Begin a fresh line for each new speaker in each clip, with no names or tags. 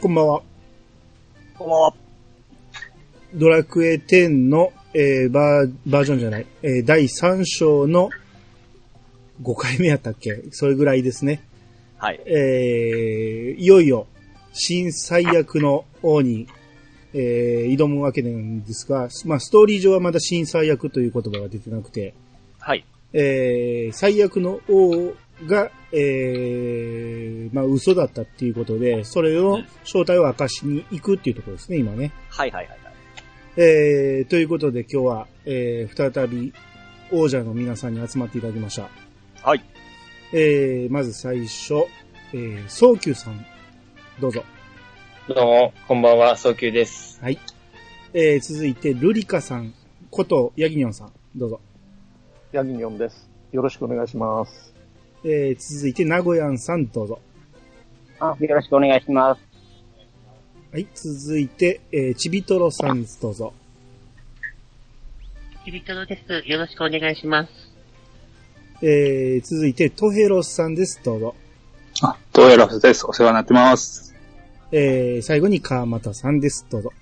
こんばんは。
こんばんは。
ドラクエ10の、えー、バー、バージョンじゃない、えー、第3章の5回目やったっけそれぐらいですね。
はい。
えー、いよいよ、新最悪の王に、えー、挑むわけなんですが、まあ、ストーリー上はまだ新最悪という言葉が出てなくて、
はい。
えー、最悪の王が、えー、まあ、嘘だったっていうことで、それを正体を明かしに行くっていうところですね、今ね。
はいはいはいはい。
えー、ということで今日は、えー、再び王者の皆さんに集まっていただきました。
はい。
えー、まず最初、えー、早急さん、どうぞ。
どうも、こんばんは、早急です。
はい。えー、続いて、ルリカさん、こと、ヤギニョンさん、どうぞ。
ヤギニョンです。よろしくお願いします。
えー、続いて、名古屋んさん、どうぞ。
あ、よろしくお願いします。
はい、続いて、えー、ちびとろさん、どうぞ。
キビトロです。よろしくお願いします。
えー、続いて、トヘロスさんです、どうぞ。
あ、どうやらです。お世話になってます。
えー、最後に、川又さんです、どうぞ。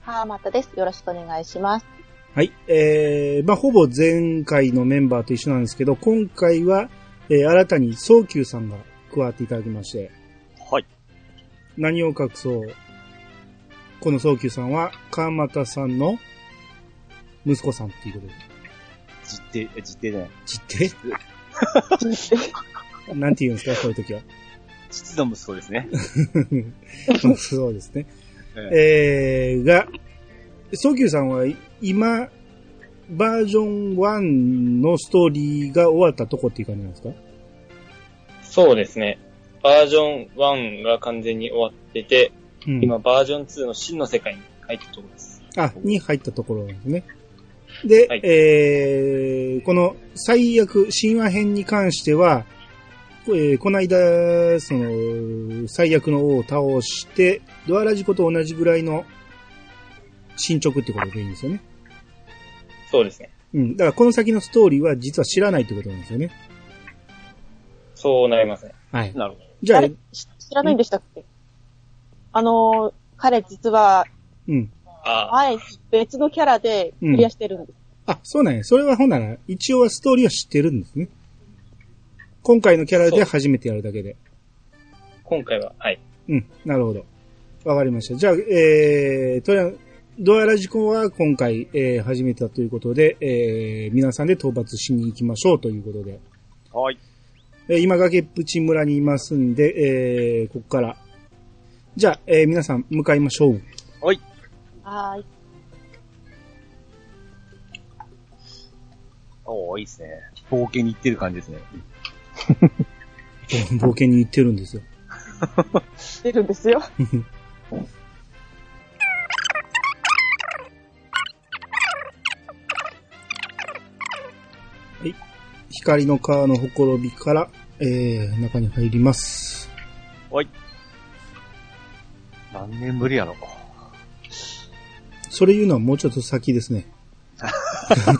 はーまたです。よろしくお願いします。
はい。えー、まあ、ほぼ前回のメンバーと一緒なんですけど、今回は、えー、新たに早急さんが加わっていただきまして、
はい。
何を隠そう。この早急さんは、川又さんの息子さんっていうことで。
実定、え実定じゃない。
実定なんて言うんですか、こういう時は。
実の息子ですね。
そうですね。え
え
ー、が、ソキューさんは今、バージョン1のストーリーが終わったとこっていう感じなんですか
そうですね。バージョン1が完全に終わってて、
うん
今バージョン2の真の世界に入ったところです。
あ、に入ったところなんですね。で、
はい
えー、この最悪、神話編に関しては、えー、この間、その、最悪の王を倒して、ドアラジコと同じぐらいの進捗ってことでいいんですよね。
そうですね。
うん。だからこの先のストーリーは実は知らないってことなんですよね。
そうなりますね。
はい
ー。なるほ
じゃあ
あ、れし知らないんでしたっけあのー、彼実は
うん。
ああ、
前に別のキャラでクリアしてるんです。
あ、そうなんや。それはほんなら、一応はストーリーは知ってるんですね。今回のキャラで初めてやるだけで。
今回は、はい。
うん、なるほど。わかりました。じゃあ、えー、とや、ドアラジコは今回、えー、始めたということで、えー、皆さんで討伐しに行きましょうということで、
ど。はい。
えー、今崖っぷち村にいますんで、えー、ここから、じゃあ、えー、皆さん向かいましょう。
はい。
はーい。
おー、いいですね。冒険に行ってる感じですね。
冒険に行ってるんですよ。
出るんです よ。
光の川のほころびから、えー、中に入ります。
何年ぶりやろ。
それ言うのはもうちょっと先です ね。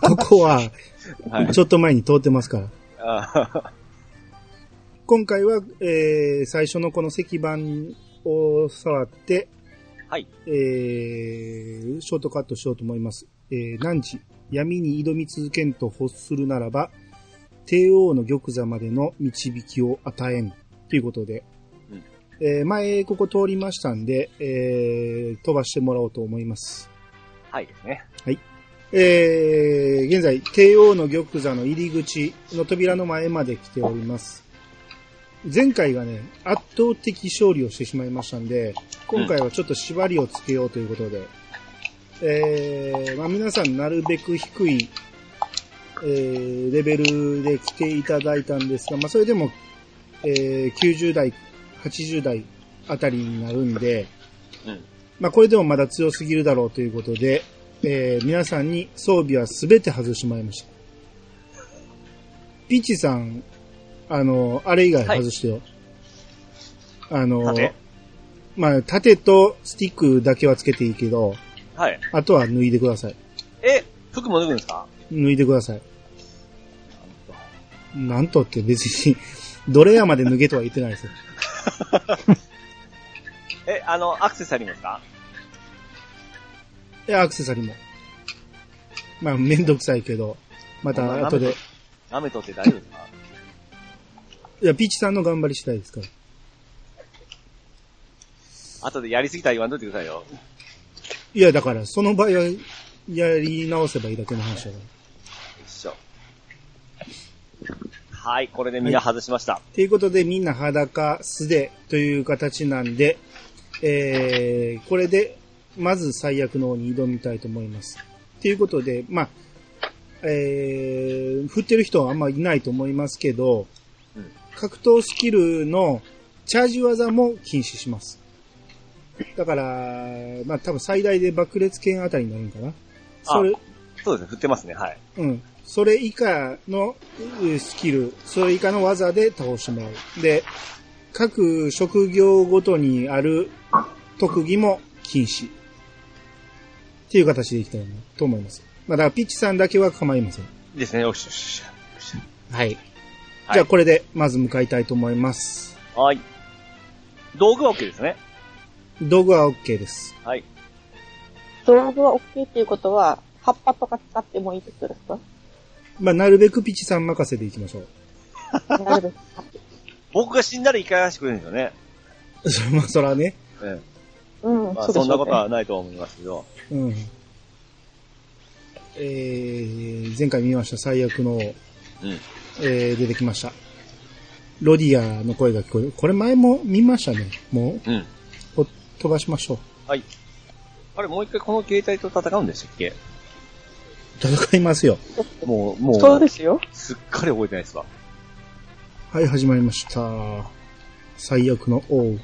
ここは、
はい。
ちょっと前に通ってますから。
あ
今回は、えー、最初のこの石板を触って、
はい。
えー、ショートカットしようと思います。えー、汝、闇に挑み続けんと欲するならば、帝王の玉座までの導きを与えん。ということで、
うん
えー、前ここ通りましたんで、えー、飛ばしてもらおうと思います。
ーはいですね。
えー、現在、帝王の玉座の入り口の扉の前まで来ております。前回がね、圧倒的勝利をしてしまいましたんで、今回はちょっと縛りをつけようということで、えー、まあ皆さんなるべく低い、えー、レベルで来ていただいたんですが、まあそれでも、えー、90代、80代あたりになるんで、
うん
まあこれでもまだ強すぎるだろうということで、えー皆さんに装備はすべて外してもらいました。ピチさん、あの、あれ以外外してよ。あの、
盾
まあ、盾とスティックだけはつけていいけど、
はい。
あとは脱いでください。
え、服も脱ぐんですか
脱いでください。なん とって別に、どれやまで脱げとは言ってないですよ。
え、あの、アクセサリーですか
いや、アクセサリーも。まあ、めんどくさいけど、また後で。
アメトって大丈夫ですか
いや、ピーチさんの頑張り次第ですから。
後でやりすぎたら言わんといてくださいよ。
いや、だから、その場合は、やり直せばいいだけの話だから。
一緒。はい、これでみんな外しました。
ということで、みんな裸、素手という形なんで、えー、これで、まず最悪の方に挑みたいと思います。ということで、まあ、えー、振ってる人はあんまいないと思いますけど
うん、
格闘スキルのチャージ技も禁止します。だから、まあ多分最大で爆裂剣あたりになるんかな。それ、
そうですね、振ってますね、はい。
うん。それ以下のうスキル、それ以下の技で倒してもらう。で、各職業ごとにある特技も禁止。っていう形でいきたいなと思います。まあ、だからピッチさんだけは構いません。
ですね、よしよしよ
はい。
はい
じゃあこれでまず向かいたいと思います。
し。はい。道具は OK ですね。
道具は OK です。
はい。
道具は OK っていうことは、葉っぱとか使ってもいいってことですか
まあ、なるべくピッチさん任せでいきましょう。
なる べく。
僕が死んだら生かしてくれるんですよね。
まあ、そらね。
え
うん、
え。まあ、
うで
そん
し
な
ょ
こ
う
と
ね。
はないとは思いますけど。
うん。えー、前回見ました最悪の、え
うん
ー出てきました。ロディアの声が聞こえる。これ前も見ましたね。も
うん。
う、ほ飛ばしましょう。
あれ、もう一回この携帯と戦うんでしたっけ
戦いますよ。
もう、も
そう
う
で、すよ。
すっかり覚えてないですわ。
はい、始まりました。最悪の王。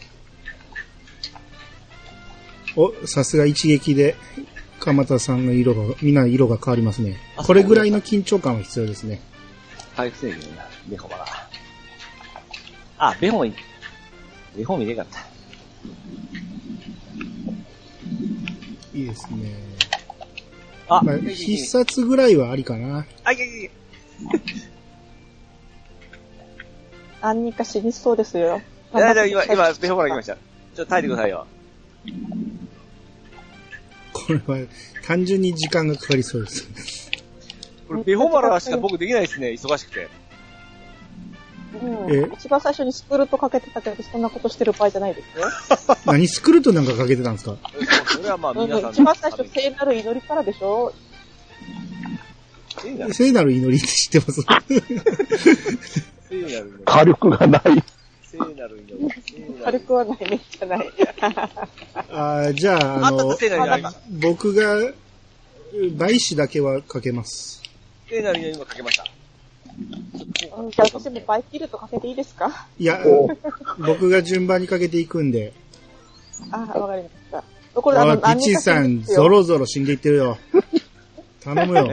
お、さすが一撃で、鎌田さんの色が、みんな色が変わりますね。
あ
これぐらいの緊張感は必要ですね。
配布制限な、ベホマが。あ、ベホマい、ベホマ入れやがった。
いいですね。
あ、
まあ、
いいいいいい
必殺ぐらいはありかな。
あ、いやいやいや
何人か死にそうですよ。
いやいや、今、今、ベホマが来ました。ちょっと耐えてくださいよ。
これは、単純に時間がかかりそうです。
これ、ベホマラしか僕できないですね、忙しくて。
うん。一番最初にスクルトかけてたけど、そんなことしてる場合じゃないですよ。
何スクルトなんかかけてたんですか
それはまあ、
うん
皆さんの。
一番最初、聖なる祈りからでしょ
いいんじゃない
聖なる祈りって知ってます
聖なる祈り
火力がない。
聖なる祈り聖なる祈り
軽くはないね、じゃない。
あーじゃあ、あ
あった
の
聖、なる祈りありました
僕が、倍子だけはかけます。
聖なる祈り今かけました。
うんじゃあ私もバイキルトかけていいですか
いや、僕が順番にかけていくんで。
あ、わかりました。これ、あ
お
の、
い、ピッ
何
チ
人か
さ
死ん
ん、
でます
ぞ
よ
ろぞろ死んでいってるよ。頼むよ。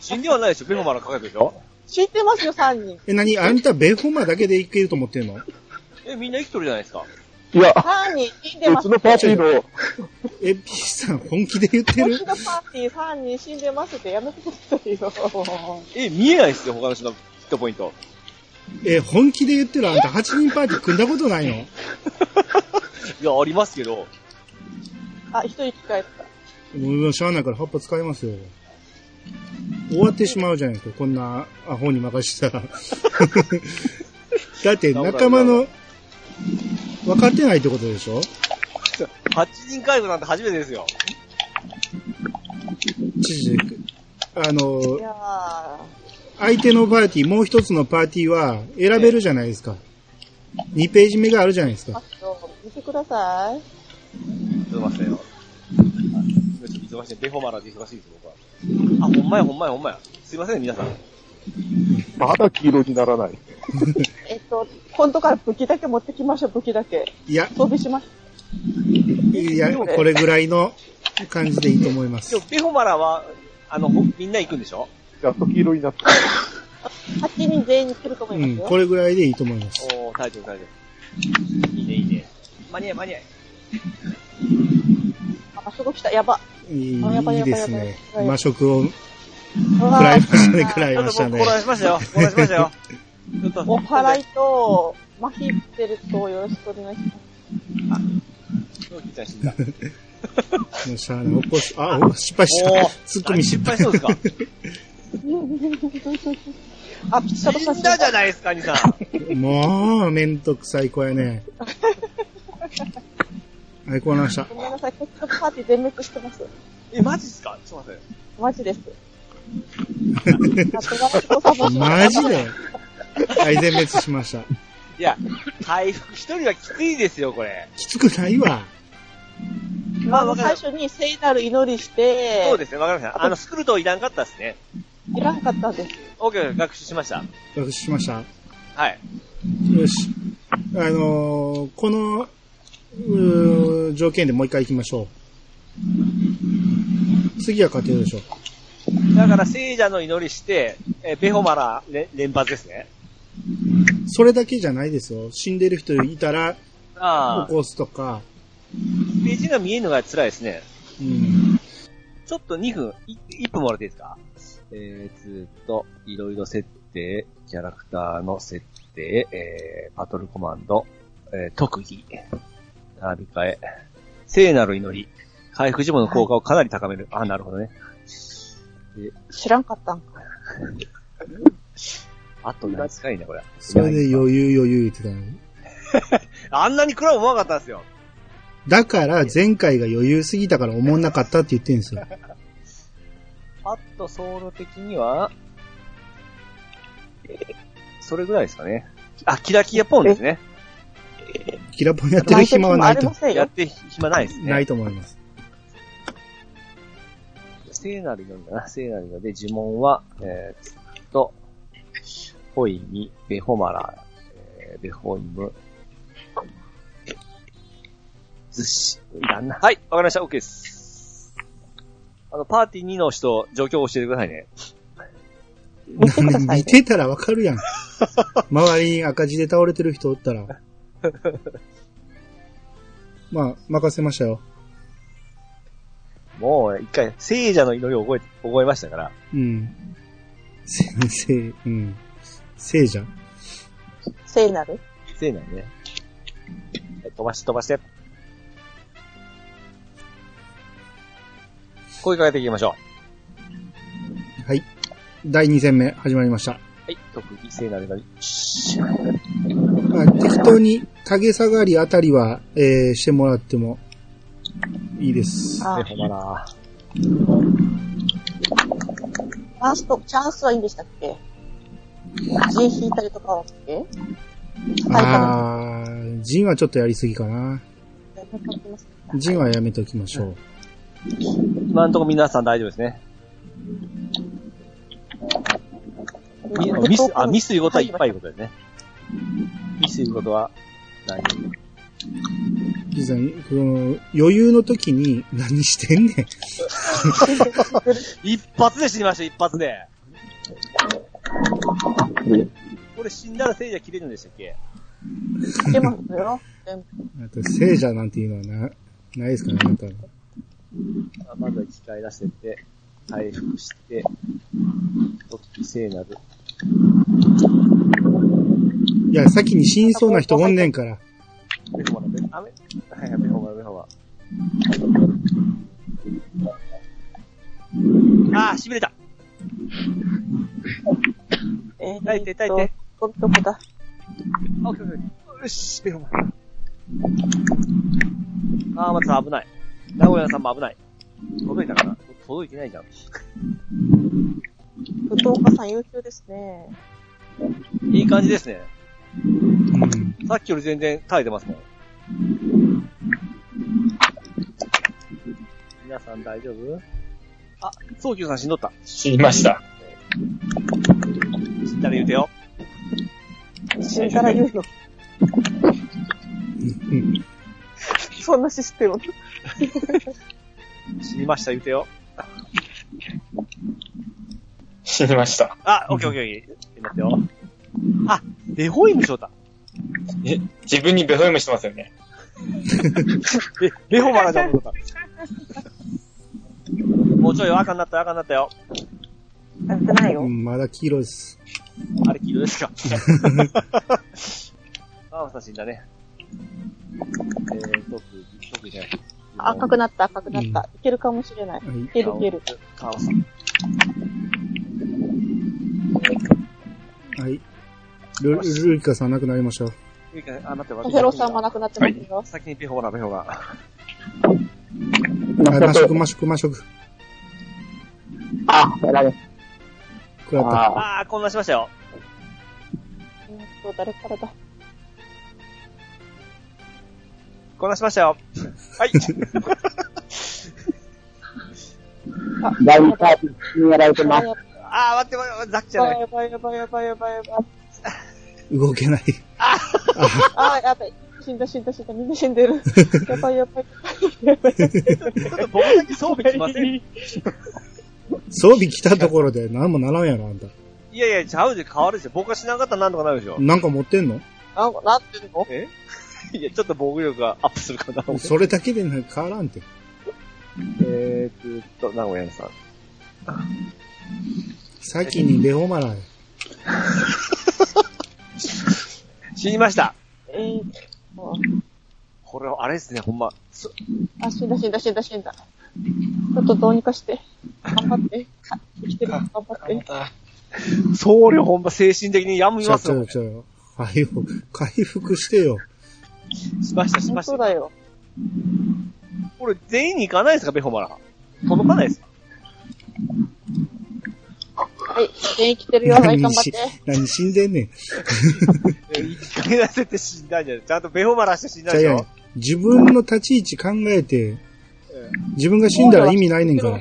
死んではないでしょ、ベホマラかけてるでしょ
死んでますよ、3人。
え、何あんた、ベホマだけでいけると思ってんの
え、みんな生きとるじゃないですか。
いや、
3人死んでます
別。のパーティーの、
え、ピッチさん、本気で言って
こっ
る
ちのパーティー3人死んでますってやめてくださいよ。
え、見えないですよ、他の人のヒットポイント。
え、本気で言ってるあんた、8人パーティー組んだことないの
いや、ありますけど。
あ、一人生き返った。
もうしゃあないから葉っぱ使いますよ。終わってしまうじゃないですか、こんなアホに任せたら。だって仲間の、分かってないってことでしょ
8人回復なんて初めてですよ。
知事。あの、
いやー。
相手のパーティー、もう一つのパーティーは選べるじゃないですか。2ページ目があるじゃないです
あ
か。
と、見てください。
すいませんよ。あちょっと忙しい。ベホマラで忙しいです、僕は。あ、ほんまや、ほんまや、ほんまや。すいません、皆さん。
まだ黄色にならない。
えっと、今度から武器だけ持ってきましょう、武器だけ。
いや、
装備します。
いや、これぐらいの感じでいいと思います
でも。、ベホマラは、あの、ほみんな行くんでしょ
やっと黄色になった。
8人全員に来ると思
う
いま
ん、
すよ。
これぐらいでいいと思います。
おー、タイトル、タイトル。いいね、いいね。間に合い、間に合い。
あ、すごく来た。やば。
いい
あやばい
い
や
い
ばい
ですね
や。ばい
魔食を
う
食
わー
らいましたね、食らい
ちょ
ま
っ
し
と
たね
僕、混。乱しましたよ。混乱しました よ。ちょっと、
お払いと、麻痺ってるとよろしくお願いします。
おじいちゃん死んだ。
もうしゃあない。起こし、あ、お失敗し
お
た
ー。
ツッコミ失敗。
失敗したんですかあ、死んだじゃないですか、兄さん。
もう、めんどくさい子やね。はい、こうなりました。
ごめんなさい、ペットパーティー全滅してます。
え、マジっすかすいません。
マジです。あ手紙とサボし
マジではい、全滅しました。
いや、回復一人はきついですよ、これ。
きつくないわ。
まあ、わかりま
最
し
初に聖なる祈りして、
た。そうですね、わかりました。あの、スクルトいらんかったですね。
いらんかったんです。
OK、学習しました。
学習しました。
はい。
よし。あのーこの、うー条件でもう一回行きましょう。次は勝てるでしょ。
だから、聖者の祈りして、え、ベホマラれ連発ですね。
それだけじゃないですよ。死んでる人いたら、
あ
起
あ、
こすとか、
ページが見えるのが辛いですね。
うん。
ちょっと2分、い1分もらっていいですかえー、ずーっと、いろいろ設定、キャラクターの設定、えー、バトルコマンド、えー、特技、並び替え、聖なる祈り、回復呪文の効果をかなり高める。あ、なるほどね。
知らんかったんか。
あと何使いね、これ。
それで余裕余裕言ってたの。
あんなに暗い思わなかったんですよ。
だから前回が余裕すぎたから思んなかったって言ってんです よ。
あと、ソウル的には、えーそれぐらいですかね。あ、キラキラポンですね。
キラポンやってる暇はない
泣い
と
てるもありま、せん
や
よ
っ。て暇ないですね。
ないと思います。
聖なる祈りだな。聖なる祈りで、呪文は、えー、ずっと、ホイミ、ベホマラ、えー、ベホイム、ずっし、だな。はい、わかりました。OK です。あの、パーティー2の人、状況を教えてくださいね。
見て ください
見。てたらわか るやん。周りに赤字で倒れてる人おったら。まあ、任せましたよ。
もう、一回、聖者の祈りを覚え、覚えましたから。
うん。先生、うん。聖者
聖なる。
聖なるね。はい飛ばして、飛ばして。声かけていきましょう。
はい。第2戦目始まりました。
はい、特技聖なる祈り。
まあ、適当に影下がりあたりは、えー、してもらってもいいです。
あ
ベホマラ。
チャンスと、チャンスはいいんでしたっけ陣引いたりとかは OK? 叩いたの
あー、陣はちょっとやりすぎかな。
やめときます
陣はやめときましょう。
今のところ皆さん大丈夫ですね。みミス、あ、ミスいうことはいっ ぱいいうことですね。ミスいうことは大丈夫。
実は、この、余裕の時に何してんねん。
一発で死にました、一発で。これ死んだら聖者切れるんでしたっけ
いけますよ。全
あと、聖者なんていうのはな、ないですからね、あなたは
あまずは機械出してって、回復して、時聖なる。
いや、先に死にそうな人おんねんから。
ベホマのベ、あ、ベ、はいはい、ベホマのベホマ。あー、痺れた。
部えー
抱いて抱いて。
どどこだ
オッケーオッケー。よし、ベロマン。あー、松さん危ない。名古屋さんも危ない。届いたかな届いてないじゃん。
武藤家さん優秀ですね。
いい感じですね。
うん。
さっきより全然耐えてますね。皆さん大丈夫あ、早急さん死んどった。
死にました。
死んだら言うてよ。
死んだら言うの。
うん。
そんなシステム。
死にました言うてよ。
死にました。
あ、オッケーオッケーオッケー。いますよ。あ、ベホイムしょうた。
え、自分にベホイムしてますよね。
え、ベホマラじゃん、た。もうちょいよ赤になったよ、赤になったよ。
やってないよ。
まだ黄色です。
あれ黄色です かあ、まさ死んだね。えー、特技、特技じゃない。
赤くなった、赤くなった。いけるかもしれない。
はい
いけるいける。
川尾さん。
はい。ルルルイカさん亡くなりました。
いいかあ、待って、
ト
私
フェロさんも亡くなってますよ。
先にペホが、ペホが。
あ、魔食、魔食、魔食。
あ、やられ
食らった。
あー、混乱しましたよ。
うーんと、誰からだ。
混乱しましたよ。はい。
あ、
だいぶパーティーにやられてます。
あー、待って、待って、ザックじゃない。
やばいやばいやばいやばいやばいやばい。
動けない。
あー、やばい。死んだ死んだ死んだ。みんな死んでる。やばいやばいやばい。
ちょっと僕だけ装備来ません。い
装備来たところで何もならんやろ、あんた。
やいや、ちゃうで変わるでしょ。僕がしなかったらなんとかなるでしょ。
なんか持ってんの
なんか、なんていうの
えいや、ちょっと防御力がアップするかな。
それだけでなんか変わらんて。
えーっと、名古屋さん。
先にレオマラや。
死にました。
えー、もう
これはあれですね、ほんま。そ
あ、死んだ死んだ死んだ死んだ。ちょっとどうにかして。頑張って。か生きてる。頑張って。
僧侶ほんま精神的に病み
ちゃ
ま
う
す
ちゃ
よ
う。ちゃう。はいよ。回復してよ。
しました、しま
本
し
当
た。
だよ。
これ全員に行かないですか、ベホマラ。届かないですか
はい。全員来てるよ。は
何
い、頑
に
張っ
し、
て。
何死んでんねん。
行きかけなせって死んだんじゃないちゃんとベホマラして死んだ
じ
ん
ゃあ
で
いや
しょ
自分の立ち位置考えて、自分が死んだら意味ないねんから。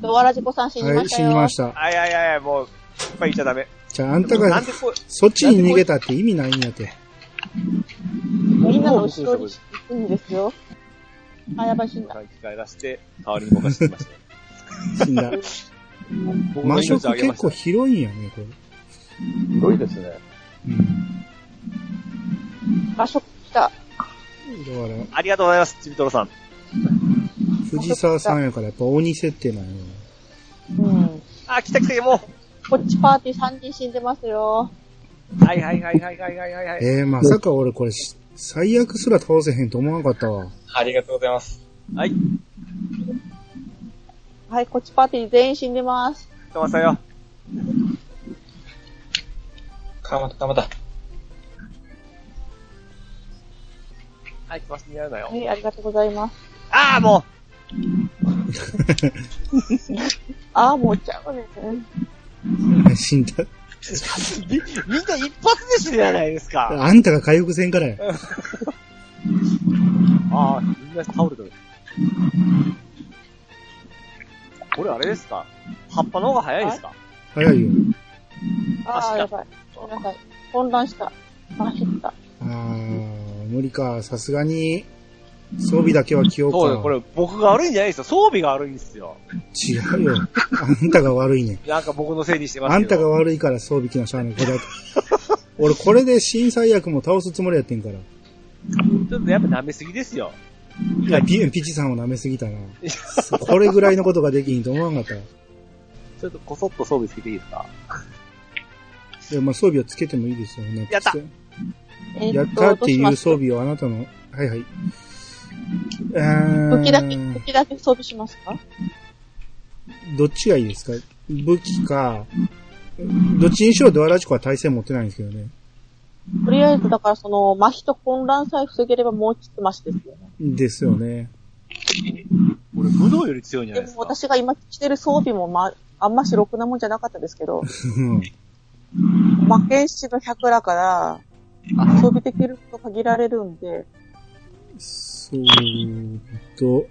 ドワラジコさん死に
は
ま
い、
した
死
よ。
にました。
あ、いやいやいや、もう、いっぱい言っちゃダメ。
じゃああんた
な
が
んでこう、
そっちに逃げたって意味ないんやて。
みんなの後ろに行くんですよ。あ、やばい、死んだ。
生き返らして、代わりに僕が死にました。
死んだ。
僕
魔
の命
食
をあげま
結
し
構
た。
広いんやね、これ。
広いですね。
うん。
場所来た。
だから、
ありがとうございます、ちびとろさん。
藤沢さんやからやっぱ鬼設定なんやな。
うん。
あ、来た来た、も
こっちパーティー3人死んでますよ。
う。はいはいはいはいはいはいはい。
えー、まさか俺これし、最悪すら倒せへんと思わなかったわ。
ありがとうございます。
はい、
はい、こっちパーティー全員死んでます。
かまさんよ。
かまたかまた。
はい、かましてやるなよ
は。い、ありがとうございます。
ああ、も
あー、もうちゃうですね。
死んだ。
う、み、みんな一発で死ぬじゃないですか。
あんたが回復せんからや。
ああ、みんな倒れてる。これあれですか葉っぱの方が早いですか
早いよ。
あー、やばい。ごめんなさい。混乱した。あ、死った。
あー、無理か。さすがに、装備だけは着ようか。
そうだ、これ僕が悪いんじゃないですよ。装備が悪いんですよ。
違うよ。あんたが悪い ねん。
なんか僕のせいにしてます
あ
け
ん
ど。
たが悪いから装備着なしゃあない。これだけ 俺これで新災役も倒すつもりやってんから。
ちょっとやっぱ舐めすぎですよ。
いや、ピピチさんを舐めすぎたな。これぐらいのことができひんと思わんかった。
ちょっとこそっと装備つけていいですか
いや、まあ装備をつけてもいいですよ。なんか
やった
え
や
ー
っ
ったと、
っていう装備をあなたの、はいはい。えー
武器だけ、武器だけ装備しますか
どっちがいいですか武器か、どっちにしろドアラジコは対戦持ってないんですけどね。
とりあえず、だからその、麻痺と混乱さえ防げればもうちょっとマシですよね。
ですよね。
俺、武道より強いんじゃ
で
ないです
も
か
私が今着てる装備もま、あんましろくなもんじゃなかったですけど、
うん
魔剣士の100だから、装備できると限られるんで、
そうと、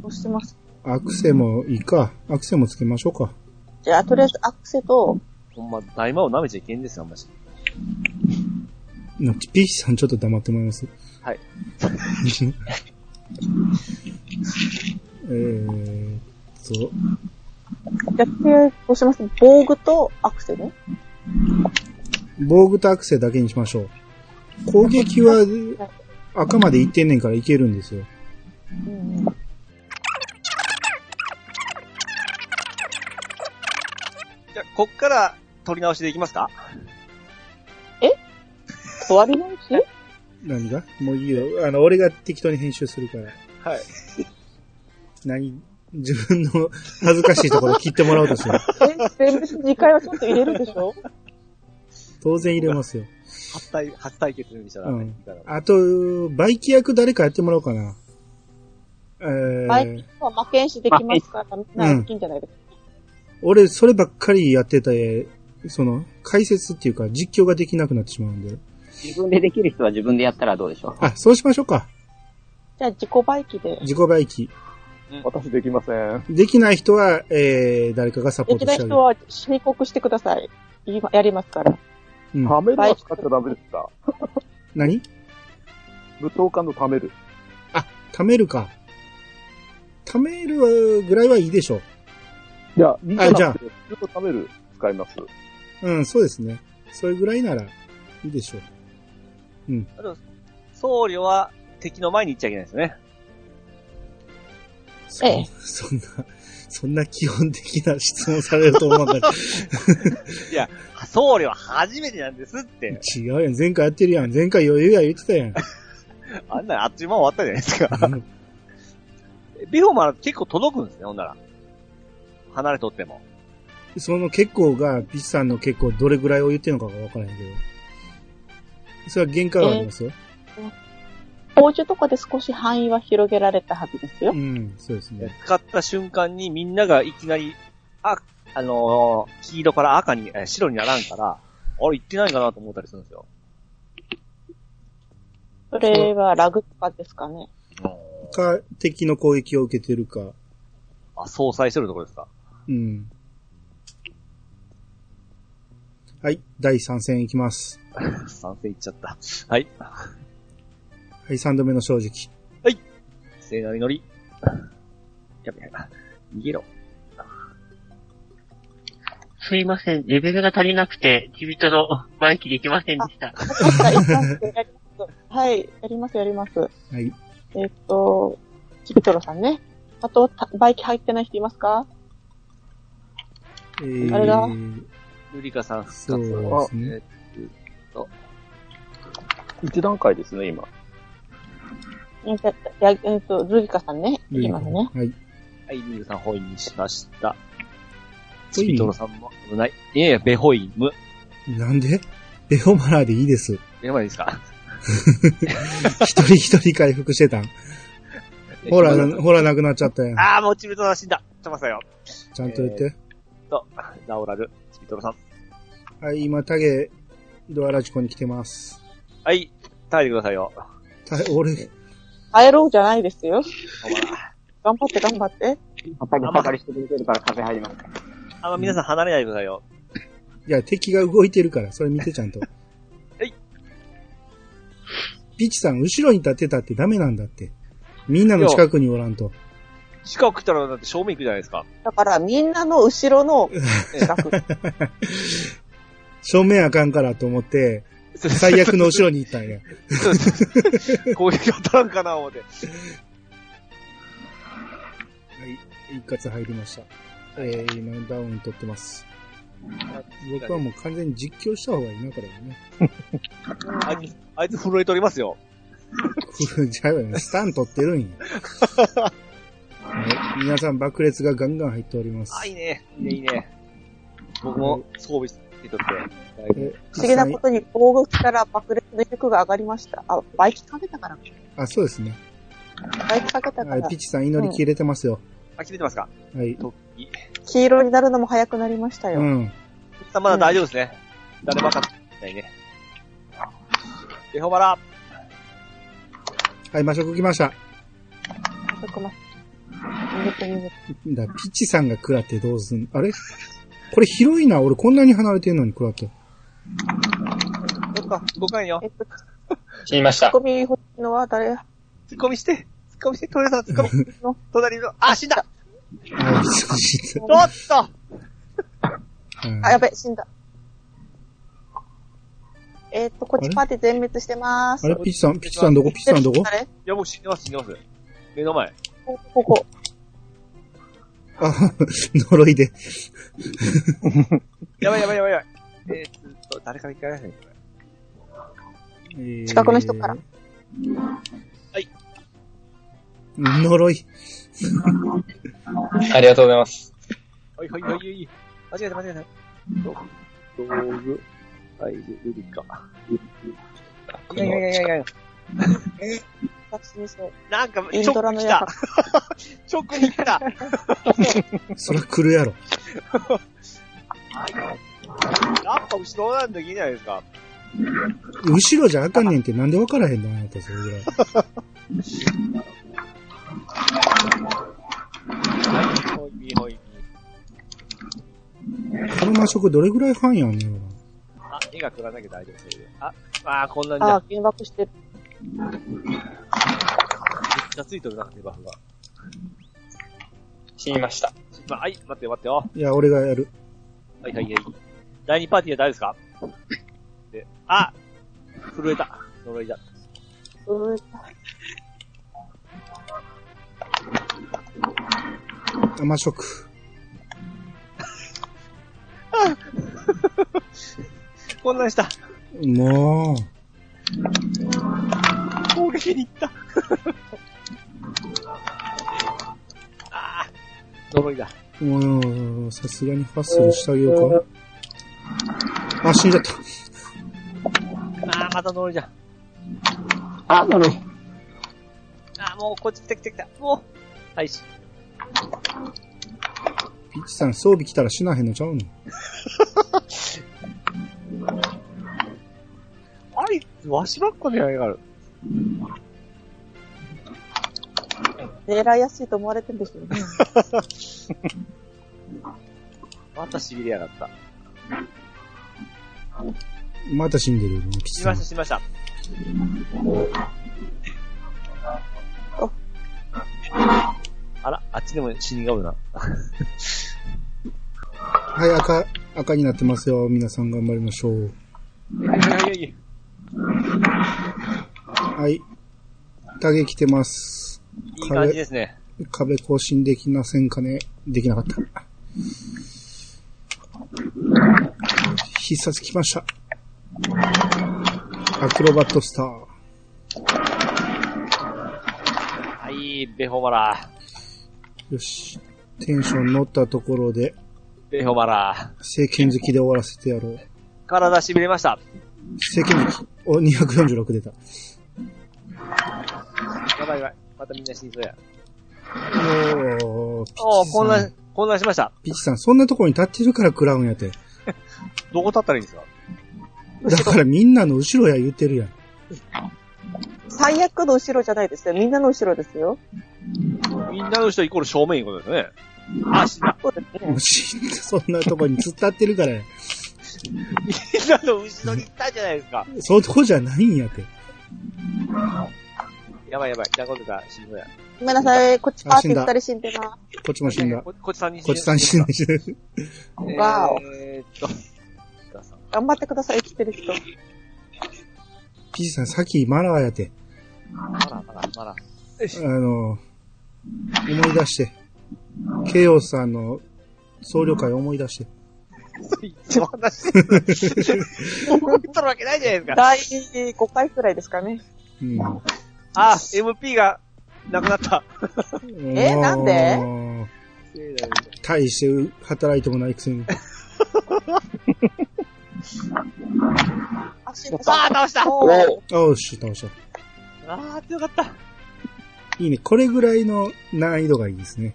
どうしてます
アクセもいいか。アクセもつけましょうか。
じゃあ、とりあえずアクセと、
ほんま、大魔を舐めちゃいけんですよ、あんまし。
なピーチさんちょっと黙ってもらいます。
はい。
えーっと、
じゃあ、とりあえずどうします防具とアクセね。
防具とアクセだけにしましょう。攻撃は赤までいってんねんからいけるんですよ。
うん。
じゃあ、こっから取り直しでいきますか
座り直し
何がもういいよ。あの、俺が適当に編集するから。
はい。
何自分の恥ずかしいところ切ってもらおうと してる。
全部2回はちょっと入れるでしょ
当然入れますよ。
初対、初対決にしたら、
うん
いいかな
あと、バイキ役誰かやってもらおうかな。え
バイ
ー、
今日は負けんしできますから、みんな大きいんじゃないですか。
俺、そればっかりやってたえその、解説っていうか実況ができなくなってしまうんで。
自分でできる人は自分でやったらどうでしょう
あ、そうしましょうか。
じゃあ自己バイキで。
自己バイキ。
私できません。
できない人は、えー、誰かがサポ
で
ート
き
し
な
てあ
い
げる
人。は申告してください。今やりますから。
うん
貯めるは使っちゃダメですか
何
武闘家の貯める。
貯めるか。貯めるぐらいはいいでしょ
いや、2
あじゃあ
ずっと貯める使います。
う。うん、そうですね。それぐらいならいいでしょう。
僧侶は敵の前に行っちゃいけないですね。
そ,、
ええ
そんな、 そんな基本的な質問されると思 わなかった。
僧侶は初めてなんですって。
違うやん、前回やってるやん。前回余裕や言ってたやん。
あんなのあっちゅう間終わったじゃないですか。ビフォーマー結構届くんですね、ほんなら。離れとっても。
その結構が、ピッチさんの結構どれぐらいを言ってるのかがわからへんけど。それは限界はありますよ。
報酬とかで少し範囲は広げられたはずですよ。
うん、そうですね。
使った瞬間にみんながいきなり、あ、あのー黄色から赤に、えー白にならんから、あれ行ってないかなと思ったりするんですよ。
それはラグとかですかね。
か、敵の攻撃を受けてるか。
あ、相殺してるところですか。
うん。はい、第3戦いきます。
賛成行っちゃった。はい。
はい、3度目の正直。
聖なりのり。やべやべ。逃げろ。
すいません、レベルが足りなくて、地人の前期できませんでした。
はい、やります、やります。
はい。
えっと、チビトロさんね。あと、たバイキ入ってない人いますか
えー、
あれだ
ルリカさん復
そう
活。
ですね。
1段階ですね、今。
えっと、やえっとルリカさんね。いきますね。
はい。
はい、リングさん、ホインにしました。
ホイ
ス
ン
ピトロさんも危ない。いやいや、ベホイム。
なんでベホマラーでいいです。
やばいですか
一人一人回復して たん。ほら、ほらなくなっちゃったやん。
あー、もうチビトロは死んだ。ちょっと待ってよ。
ちゃんと言って。
と、ナ オラル、チビトロさん。
はい、今、タゲ、ドアラジコに来てます。
はい、耐えてくださいよ。
た俺、
帰ろうじゃないですよ。
ほら。
頑張って、頑張って。
畑ばかりしてくれてるから壁入ります。
あんま皆さん離れないでくださいよ。
いや、敵が動いてるから、それ見てちゃんと。
はい。
ピチさん、後ろに立ってたってダメなんだって。みんなの近くにおらんと。
近く来たらだって正面行くじゃないですか。
だから、みんなの後ろの 近く。
正面あかんからと思って、最悪の後ろに行ったんや。
そうです。攻撃当たらんかな、思って。
はい、一括入りました。えー、今ダウン取ってます。僕はもう完全に実況した方がいいな、これはね。
あいつ、あいつ震えておりますよ。
これじゃあね、スタン取って るんや。はい皆さん爆裂がガンガン入っております。
あ、いいね。いいね、いいね。僕も装備してとって。
え
不思議なことに、防具から爆裂の威力が上がりました。あ、バイキかけたから。
あ、そうですね。
バイキかけたか
はい
ら
ピ。チさん祈り切れてますよ。
あ、切れてますか
はい。
黄色になるのも早くなりましたよ。
うん。
さんまだ大丈夫ですね。誰も当たってないね。エホバラ、
はい、魔食来ました。
そこまで。逃げて逃げて
だピチさんが食らってどうすんあれこれ広いな。俺こんなに離れてんのに食らって。
どっか、動かんよ。
えっと、ツ
死にました
ッコ。ミ欲しいのは誰
突っ込みして、突っ込みして、トレーサー突っ込み。の隣の、あ、死んだ
はい、ピチさん死ん
おっと
だ
あ、やべ、死んだ。えっと、こっちパーティー全滅してまーす。
あれピチさん、ピチさんどこピチさんどこ
誰
いや、もう死んでます、死んでます。目の前。
ここ、こ
あ、 呪いで。
やばいやばいやばいやばい。えー、っと、誰から行かない
えー
近くの人から。
はい。
呪い。
ありがとうございます。
はいはいはいはい。間違えた間違えた。道具。はい、ルビカ。いやいやいやいや、
私にそう。
なんか、
エン
チョ
ドラ
ッ
の
ク来
や
た。チョックに来た。
そら来るやろ。
やっぱ後ろなんできないですか。
後ろじゃあかんねんってなんで分からへんのあなたそれぐらい。
はい、ほいみほいみ。
この魔食どれぐらいファンやんねん。
あ、絵が食らなきゃ大丈夫そうで。あ、あーこんなに
あ
だ。
あ、減額してる。
めっちゃついてるな、デバフが。
死にました。
まあ、はい、待ってよ待ってよ。
いや、俺がやる。
はいはいはい。第2パーティーは誰ですかで、あ震えた。呪いだ。
うーん
あ魔 食。
混乱した。
も
攻撃に行った。あー呪いだ。
う、もう、さすがにファッスルしてあげようか。あ、死んじゃった。
あーまた呪いじゃ。
あ、なるほ
あーもうこっち来た来た来た。もう。はい、し
ピッチさん装備来たら死なへんのちゃうの
あいつ、わしばっかじゃないから。
狙いやすいと思われてるんでしょうね。
また痺れやがった。
また死んでるよ、ピッチ
し
さ
ま
ん
した、。しました。あら、あっちでも死に顔な。
はい、赤、赤になってますよ。皆さん頑張りましょう。はい。影来てます。
いい感じですね。
壁更新できませんかねできなかった。必殺来ました。アクロバットスター。
はい、ベホマラ
よし。テンション乗ったところで、
ー。ベホマラ
聖剣好きで終わらせてやろう。
ー。体痺れました。
聖剣好き。お、246出た。
やばいやばい。またみんな死にそうや。
おー、ピ
お
ッ
ー、
チ
混
さ
乱
ん。、
混乱しました。
ピッチさん、そんなところに立ってるから食らうんやて。
どこ立ったらいいんですか
だからみんなの後ろや言ってるやん。
最悪の後ろじゃないですよ。みんなの後ろですよ。
みんなの人イコール正面いうことですね。あ、死んだ。
そうです
も
ね
う。死んだそんなとこに突っ立ってるからや。
みんなの後ろに行ったじゃないですか。
そういうとこじゃないんやて。
やばいやばい。じゃあ、今度から死にそうや。
ごめんなさい。こっちパ
あ
ー
死
テ
ん
ィ
だ
ー二人死んでま
こっちも死んだ。こ
ここっちさんに
っちさん死んだ。死んだ
えー
わお
え ーっと。
す。頑張ってください。生きてる人。
ピーさん、さっきマラーやて。
まだまだまだ。
あの、思い出して。ケイオスさんの僧侶会思い出して。
いつも話してる。思いとるわけないじゃないですか。
第5回くらいですかね。
うん。
あ、MP が、なくなった。
え
なんで
大して働いてもないくせに。
あ、死んで
あー、
た。
倒した
おー
おうし、倒した。
あー、強かった。
いいね。これぐらいの難易度がいいですね。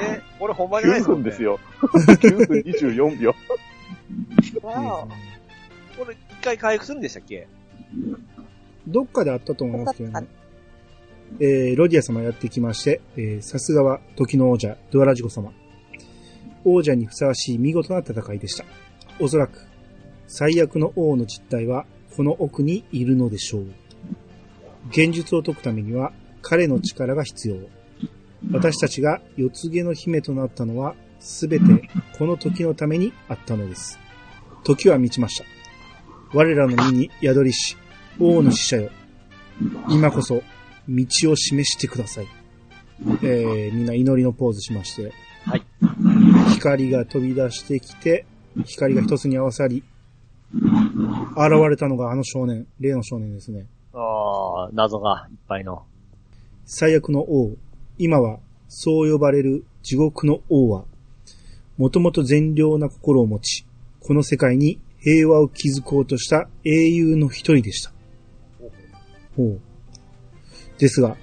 え、俺ほんまじゃないで
9
すも
分
んね
です。よ。9分24秒。
わ
これ一回回復するんでしたっけ
どっかであったと思いますけどね。えー、ロディア様やってきまして、えー、さすがは時の王者、ドアラジコ様。王者にふさわしい見事な戦いでした。おそらく、最悪の王の実態は、この奥にいるのでしょう。現実を解くためには、彼の力が必要。私たちが四つ毛の姫となったのは、すべてこの時のためにあったのです。時は満ちました。我らの身に宿りし、王の使者よ。今こそ、道を示してください。えー、みんな祈りのポーズしまして。
はい。
光が飛び出してきて、光が一つに合わさり、現れたのがあの少年、例の少年ですね。
ああ、謎がいっぱいの。
最悪の王。今は、そう呼ばれる地獄の王は、もともと善良な心を持ち、この世界に平和を築こうとした英雄の一人でした。ほう。ですが、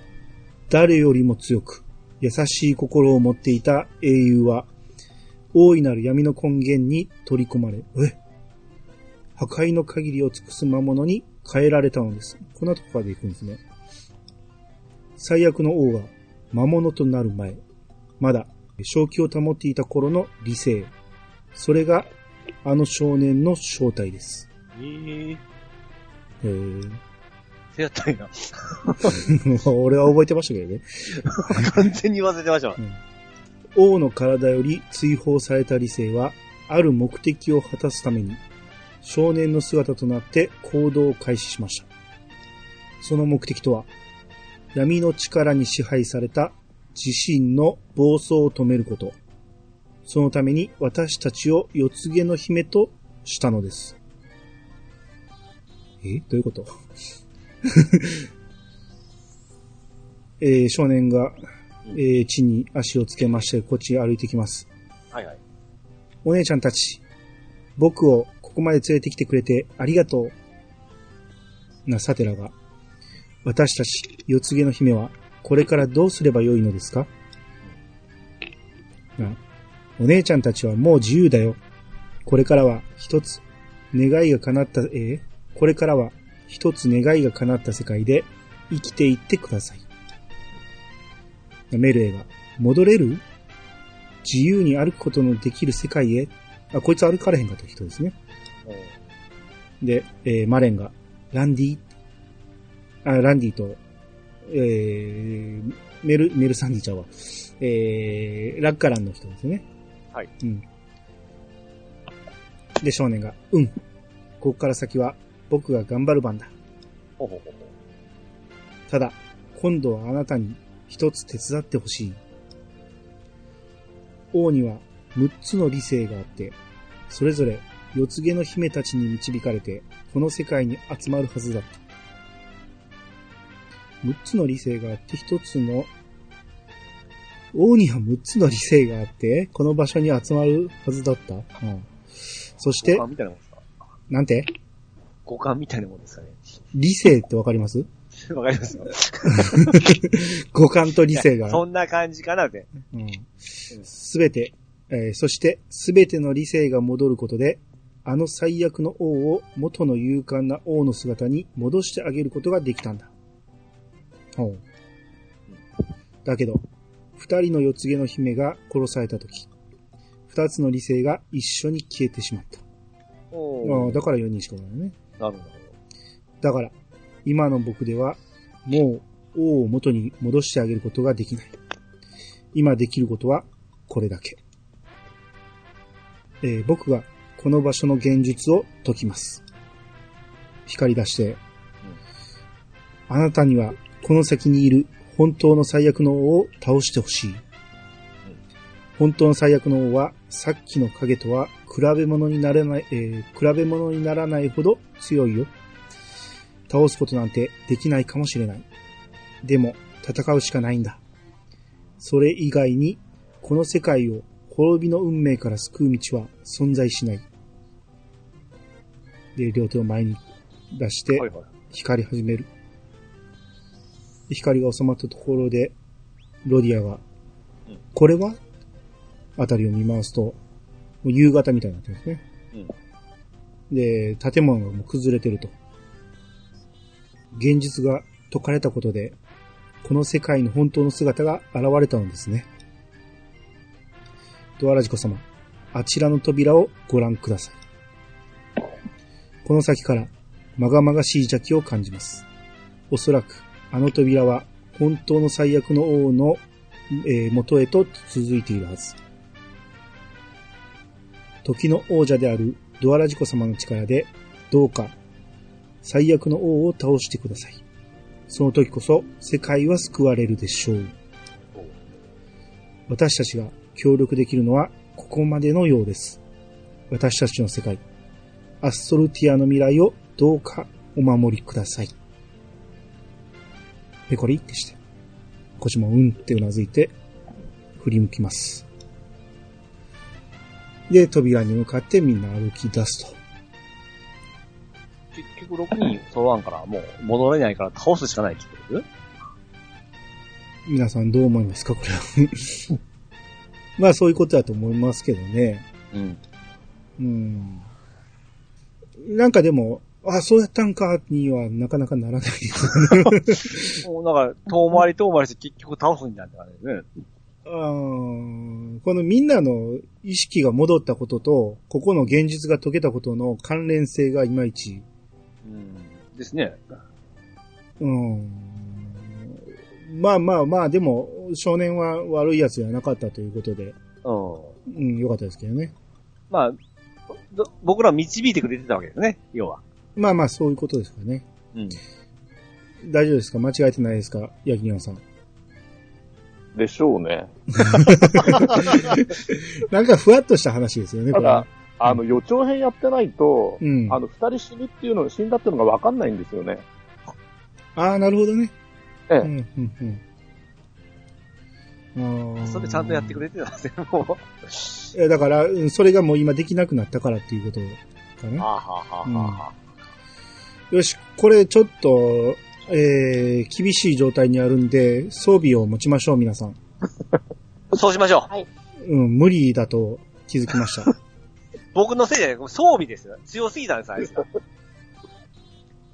誰よりも強く、優しい心を持っていた英雄は、大いなる闇の根源に取り込まれ、え破壊の限りを尽くす魔物に変えられたのです。こんなとこまで行くんですね。最悪の王が魔物となる前、まだ正気を保っていた頃の理性。それがあの少年の正体です。
ええ。
えー、
せやったんや。
俺は覚えてましたけどね。
完全に忘れてましたわ。
王の体より追放された理性は、ある目的を果たすために、少年の姿となって行動を開始しました。その目的とは、闇の力に支配された自身の暴走を止めること。そのために私たちを四つ毛の姫としたのです。えどういうこと えー少年がえー地に足をつけまして、こっちへ歩いてきます。
はいはい。
お姉ちゃんたち、僕をここまで連れてきてくれてありがとう。な、サテラが、私たち、四つ毛の姫は、これからどうすればよいのですかな、お姉ちゃんたちはもう自由だよ。これからは、一つ、願いが叶った、えーこれからは、一つ願いが叶った世界で、生きていってください。メルエが、戻れる自由に歩くことのできる世界へ。あ、こいつ歩かれへんかった人ですね。で、えーマレンが、ランディ、あ、ランディと、えー、メル、メルサンディちゃんは、えー、ラッカランの人ですね。
はい。
うん。で、少年が、うん。ここから先は僕が頑張る番だ。
ほうほうほうほ
ただ、今度はあなたに一つ手伝ってほしい。王には六つの理性があって、それぞれ四つ毛の姫たちに導かれて、この世界に集まるはずだった。六つの理性があって、一つの、王には六つの理性があって、この場所に集まるはずだった。うん、そし
う。五
て、
感みたいなもんですか
なんて
五感みたいなもんですかね。
理性ってわかります
わかりますよ。
五感と理性が。
そんな感じかなって。
すべて、えーそしてすべての理性が戻ることで、あの最悪の王を元の勇敢な王の姿に戻してあげることができたんだ。ほう。だけど、二人の四つ毛の姫が殺されたとき、二つの理性が一緒に消えてしまった。
お
ああだから四人しかおらないね。
なるほど。
だから、今の僕では、もう王を元に戻してあげることができない。今できることは、これだけ。えー僕が、この場所の現実を解きます。光り出して、あなたには、この先にいる本当の最悪の王を倒してほしい。本当の最悪の王は、さっきの影とは比べ物にならない、えー比べ物にならないほど強いよ。倒すことなんてできないかもしれない。でも、戦うしかないんだ。それ以外に、この世界を滅びの運命から救う道は存在しない。で、両手を前に出して
はい、はい。
光り始める。光が収まったところで、ロディアが
うん、
これはあたりを見回すと、もう夕方みたいになってますね。で、建物がもう崩れてると。現実が解かれたことで、この世界の本当の姿が現れたのですね。ドアラジコ様、あちらの扉をご覧ください。この先から、まがまがしい邪気を感じます。おそらく、あの扉は、本当の最悪の王の、えー元へと続いているはず。時の王者であるドアラジコ様の力で、どうか、最悪の王を倒してください。その時こそ、世界は救われるでしょう。私たちが協力できるのは、ここまでのようです。私たちの世界、アストルティアの未来をどうかお守りください。ペコリってして。こっちもうんってうなずいて、振り向きます。で、扉に向かってみんな歩き出すと。
結局6人揃わんから、もう戻れないから倒すしかないって言ってる
皆さんどう思いますかこれは。 まあそういうことだと思いますけどね。う
うん。
ん。なんかでも、あ、そうやったんか、にはなかなかならないですね。
もうなんか、遠回り遠回りして結局倒すんだって感じだよね。
あーこのみんなの意識が戻ったことと、ここの現実が解けたことの関連性がいまいち、
うん。ですね。
うん。まあまあまあ、でも、少年は悪い奴じゃなかったということで、
うん。
うん、良かったですけどね。
まあ、ど僕らを導いてくれてたわけですね、要は。
まあまあ、そういうことですかね。
うん。
大丈夫ですか間違えてないですかヤギニョンさん。
でしょうね。
なんかふわっとした話ですよね、こ
た
れは
だ。、あの、予兆編やってないと、
うん。
あの、二人死ぬっていうの、死んだっていうのが分かんないんですよね。
ああ、なるほどね。
ええ
うん、うん、うん。あー
それちゃんとやってくれてたんですよ、も
いやだから、うんそれがもう今できなくなったからっていうことか
う。
な。
はあはあはあは
よし、これちょっと、えー、厳しい状態にあるんで、装備を持ちましょう、皆さん。
あそうしましょう。
うん、無理だと気づきました。
僕のせいじゃない、装備ですよ。強すぎたんです、あい つが。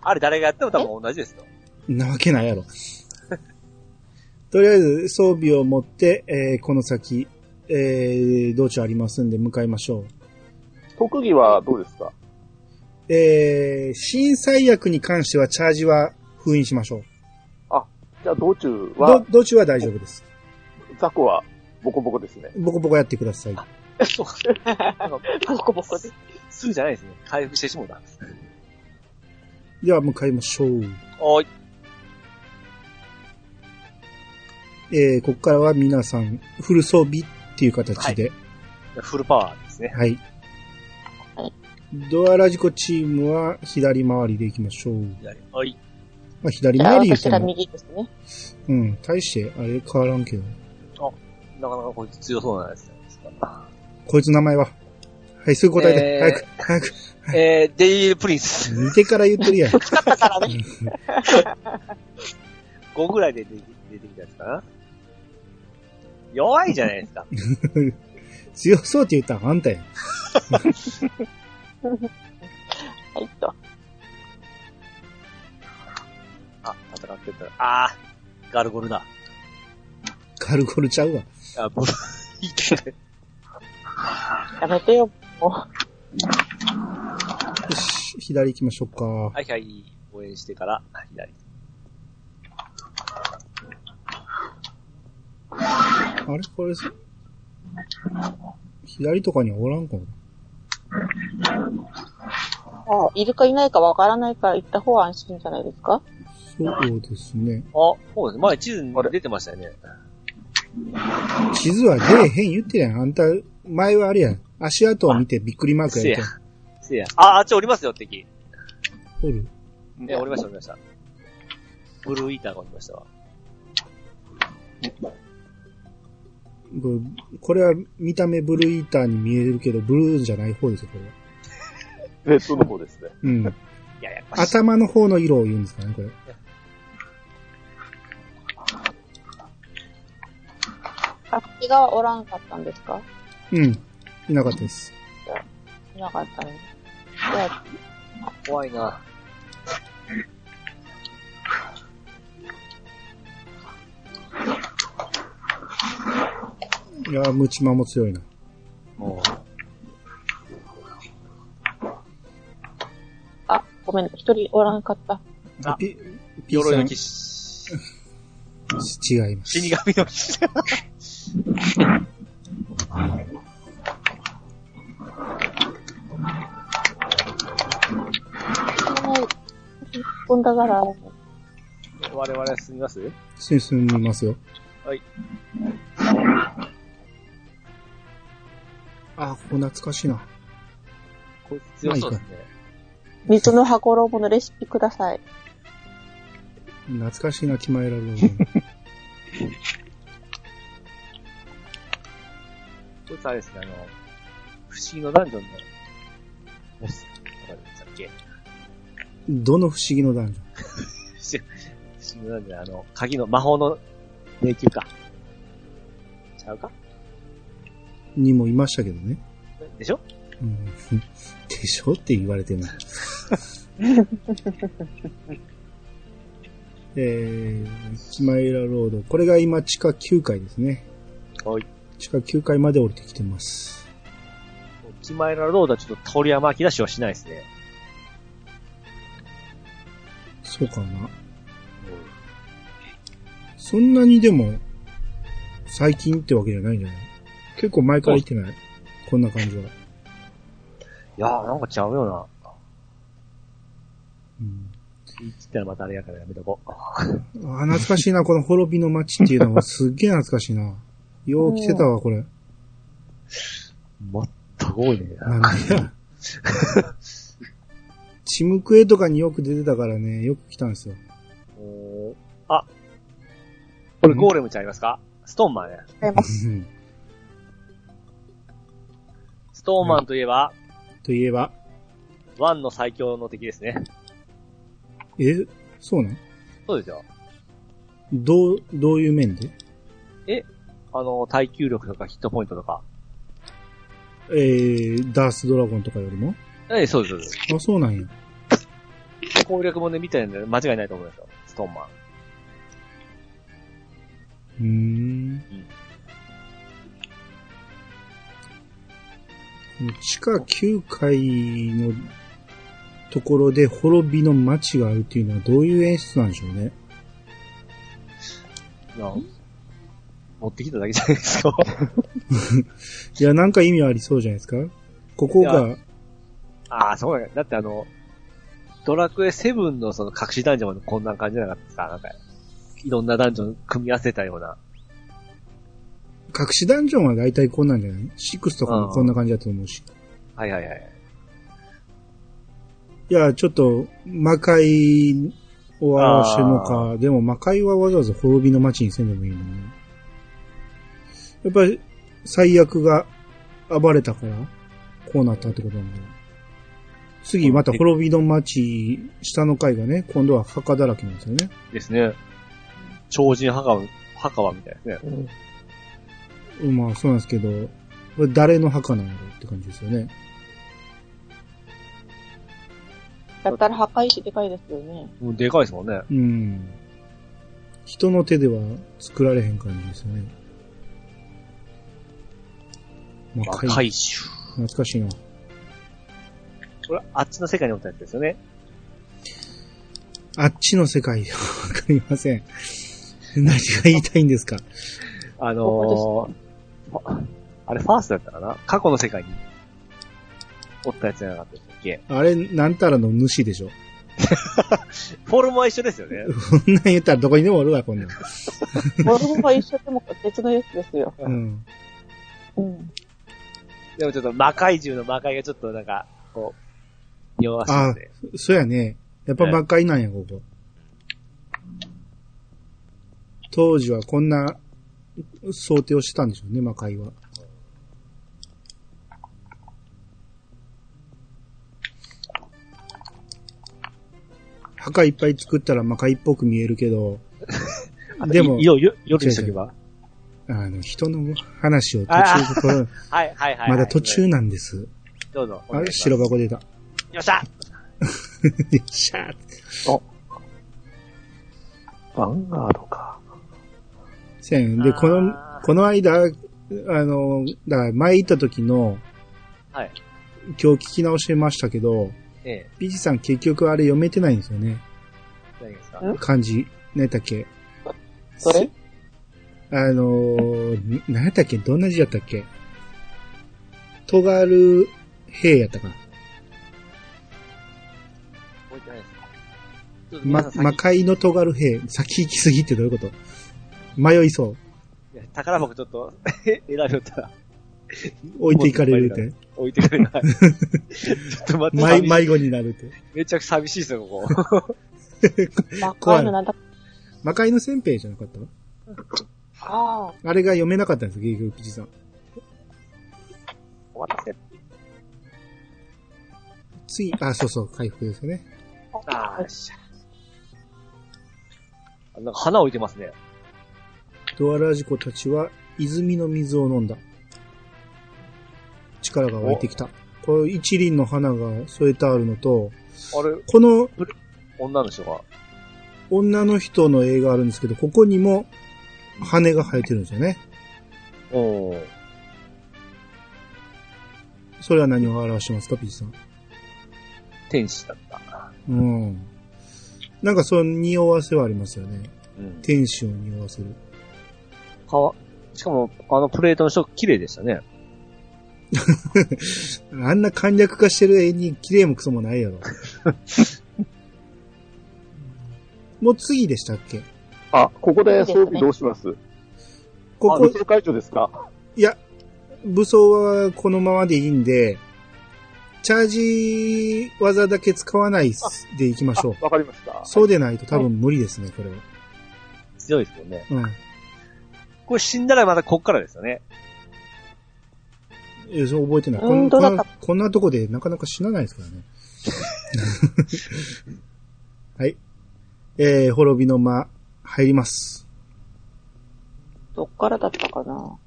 あれ誰がやっても多分同じですよ。
なわけないやろ。とりあえず装備を持って、えー、この先、えー、道中ありますんで向かいましょ
特技はどうですか
う。えー、震災薬に関してはチャージは封印しましょう。
じゃあ、道中
ど
は、
道中は大丈夫です。
ザコは、ボコボコですね。
ボコボコやってください。
ボコボコで。
すぐじゃないですね。回復してしもうたんです。
では向かいましょう。
おーい。
えー、ここからは皆さん、フル装備っていう形で、
フルパワーですね。
はい。ドアラジコチームは左回りでいきましょう。
左おい。
まあ、左
じゃあ
回り言っ
私
て
が
も、
右ですね。
うん、大してあれ変わらんけど。
なかなかこいつ強そうなやつじゃないですか。
こいつの名前ははい、すぐ答えて。
えー
早く、早く。
えー、デイリープリンス。
見てから言ってるやん。
使ったからね。
5ぐらいで出て出てきたやつかな。弱いじゃないですか。
強そうって言ったらあんたやん。
はいと。
あ、戦ってたら。あー、ガルゴルだ。
カルゴルちゃうわ。
あ、僕、 いけない。
やめてよ。
よし、左行きましょうか。
はいはい。応援してから、左。
あれこれ、左とかにはおらんかな。
もういるかいないかわからないから行った方が安心じゃないですか
そうですね。
あ、そうです。前地図に出てましたよね。
地図は出えへん言ってるやん。あんた、前はあれやん。足跡を見てびっくりマークやったやん。
せや。あ、あっちおりますよ、敵。
おる。
ね、おりました、おりました。ブルーイーターがおりましたわ。
これこれは見た目ブルーイーターに見えるけど、ブルーじゃない方ですよ、これは。
レッドの方ですね。
うん。
いや、やっぱし。
頭の方の色を言うんですかね、これ。
あっち側おらんかったんですか
うん。いなかったです。
いなかったね。じゃあ、
怖いな。
いやー、ムチマも強いな。
も
あ、ごめん、一人おらんかった。
あ
ピ、
う、
ピー
鎧
さ
の
ん
騎士。
違います。
死神の騎士。
はい。飛んだから、
我々は進みます
進みますよ。
はい。
あー、ここ懐かしいな。
こいつ強そうですね。
水の羽衣のレシピください。
懐かしいな、キマエラルー
こいつあれですね、あの、不思議のダンジョンの、ボス、わかりましたっけ
ン。どの不思議のダンジ
不思議のダンジョン、あの、鍵の魔法の迷宮か。ちゃうか
ョンにもいましたけどね。
でしょ
うん、でしょって言われ てない。えー、キマイラロード。これが今地下9階ですね。
はい。
地下9階まで降りてきてます。
気前らロードはちょっと通り山き出しはしないですね。
そうかな。そんなにでも、最近ってわけじゃないんじゃない結構前から行ってないこんな感じは。
いやー、なんかちゃうよな。
うん
言ったらまたあれやからやめとこう。
あー、懐かしいな、この滅びの街っていうのはすっげえ懐かしいな。よう来てたわ、これ。
全く多いね。
なんでや。チムクエとかによく出てたからね、よく来たんですよ。
おーあ、これゴーレムちゃいますかストーンマンね。
違います。
うん
ストーンマンといえば、
といえば、
ワンの最強の敵ですね。
え、そうなん
そうですよ。
どう、どういう面で
あの、耐久力とかヒットポイントとか。
えー、ダースドラゴンとかよりも
ええ、そうです、そうです。
あ、そうなんや。
攻略もね、見たんで間違いないと思いますよ。ストーンマン。
うーん。地下9階のところで滅びの街があるっていうのはどういう演出なんでしょうね。
いや持ってきただけじゃないですか。
いや、なんか意味ありそうじゃないですかここ
い
が、
ああ、そうだね。だってあの、ドラクエ7のその隠しダンジョンもこんな感じじゃなかったですかなんか、いろんなダンジョン組み合わせたような。
隠しダンジョンは大体こんなんじゃない ?6 とかもこんな感じだと思うし。
はいはいはい。
いや、ちょっと、魔界を表してるのか。でも魔界はわざわざ滅びの街にせんでもいいのに。やっぱり、最悪が暴れたから、こうなったってことなんだよ。次、また滅びの街、下の階がね、今度は墓だらけなんですよね。
ですね。超人墓場、墓場みたいですね。
うんまあ、そうなんですけど、これ誰の墓なんだろうって感じですよね。
だったら破壊石でかいですよね。
うんでかいですもんね。
うん。人の手では作られへん感じですよね。魔界
若い種。
懐かしいな。
これ、あっちの世界におったやつですよね。
あっちの世界 ではわかりません。何が言いたいんですか
あのー、あれファーストだったかな過去の世界におったやつじゃなかったでしたっけ
あれ、なんたらの主でしょ。
フォルムは一緒です よね。
こんなん言ったらどこにでもおるわ、こんなん。
ボルボは一緒でも別のやつですよ。
うん。
うん。
でもちょっと魔界獣の魔界がちょっとなんか、こう、匂わせてて。
そやね。やっぱばっかりなんや、ここ。当時はこんな想定をしてたんでしょうね、魔界は。墓いっぱい作ったら魔界っぽく見えるけ ど、でも
い色、よ夜にしとけば。
あの、人の話を途中で取ら
はい、はい、はい。
まだ途中なんです。
どうぞ。
あ
お願い
れ
し
白。
ます
箱出た。
よっしゃ
よっしゃー
ヴァンガードか。
せやねんで、
あー
この、この間、あの、だから前行った時の、
はい。
今日聞き直してましたけど、
ええ、
ビジさん結局あれ読めてないんですよね。
何ですか
ん
漢字。何やったっけ
それ
あのー、何やったっけどんな字やったっけとがる兵やったかな。
覚えてないですかちょっと皆
ま
さん、先
魔界のとがる兵。先行きすぎってどういうこと迷いそう。
いや宝箱ちょっと、 選びよったら、
置いていかれるって。
置いて くれない。ちょっと待って、
迷
寂しい
迷子になるって。
めっちゃ寂しいですよ、ここ。
魔界のなんだっ
魔界の先兵じゃなかった
ああ。
あれが読めなかったんです、結局、ピチさん。
終わったって。
次、あ、そうそう、回復ですよね。
あーよっしゃ。あなんか花置いてますね。
ドアラジコたちは泉の水を飲んだ。力が湧いてきた。こう一輪の花が添えてあるのと、
あれ、
この
女の人が。
女の人の絵があるんですけど、ここにも羽が生えてるんですよね。
おー。
それは何を表してますか、ピーチさん。
天使だった。
うん。なんかその匂わせはありますよね。
うん。
天使を匂わせる。
かわ、しかも、あのプレートの人綺麗でしたね。
あんな簡略化してる絵に綺麗もクソもないやろ。もう次でしたっけ
あ、ここで装備どうします
こ
あ、
こ
宇、宙解除ですか
いや、武装はこのままでいいんで、チャージ技だけ使わないでいきましょう。
わかりました。
そうでないと多分無理ですね、これは。
強いですよね。
うん
これ死んだらまたこっからですよね。
え。そう覚えてない。こ
うんん
こ
どうだっ
ん
た
こんなとこでなかなか死なないですからね。はい。えー、滅びの間、入ります。
どっからだったかな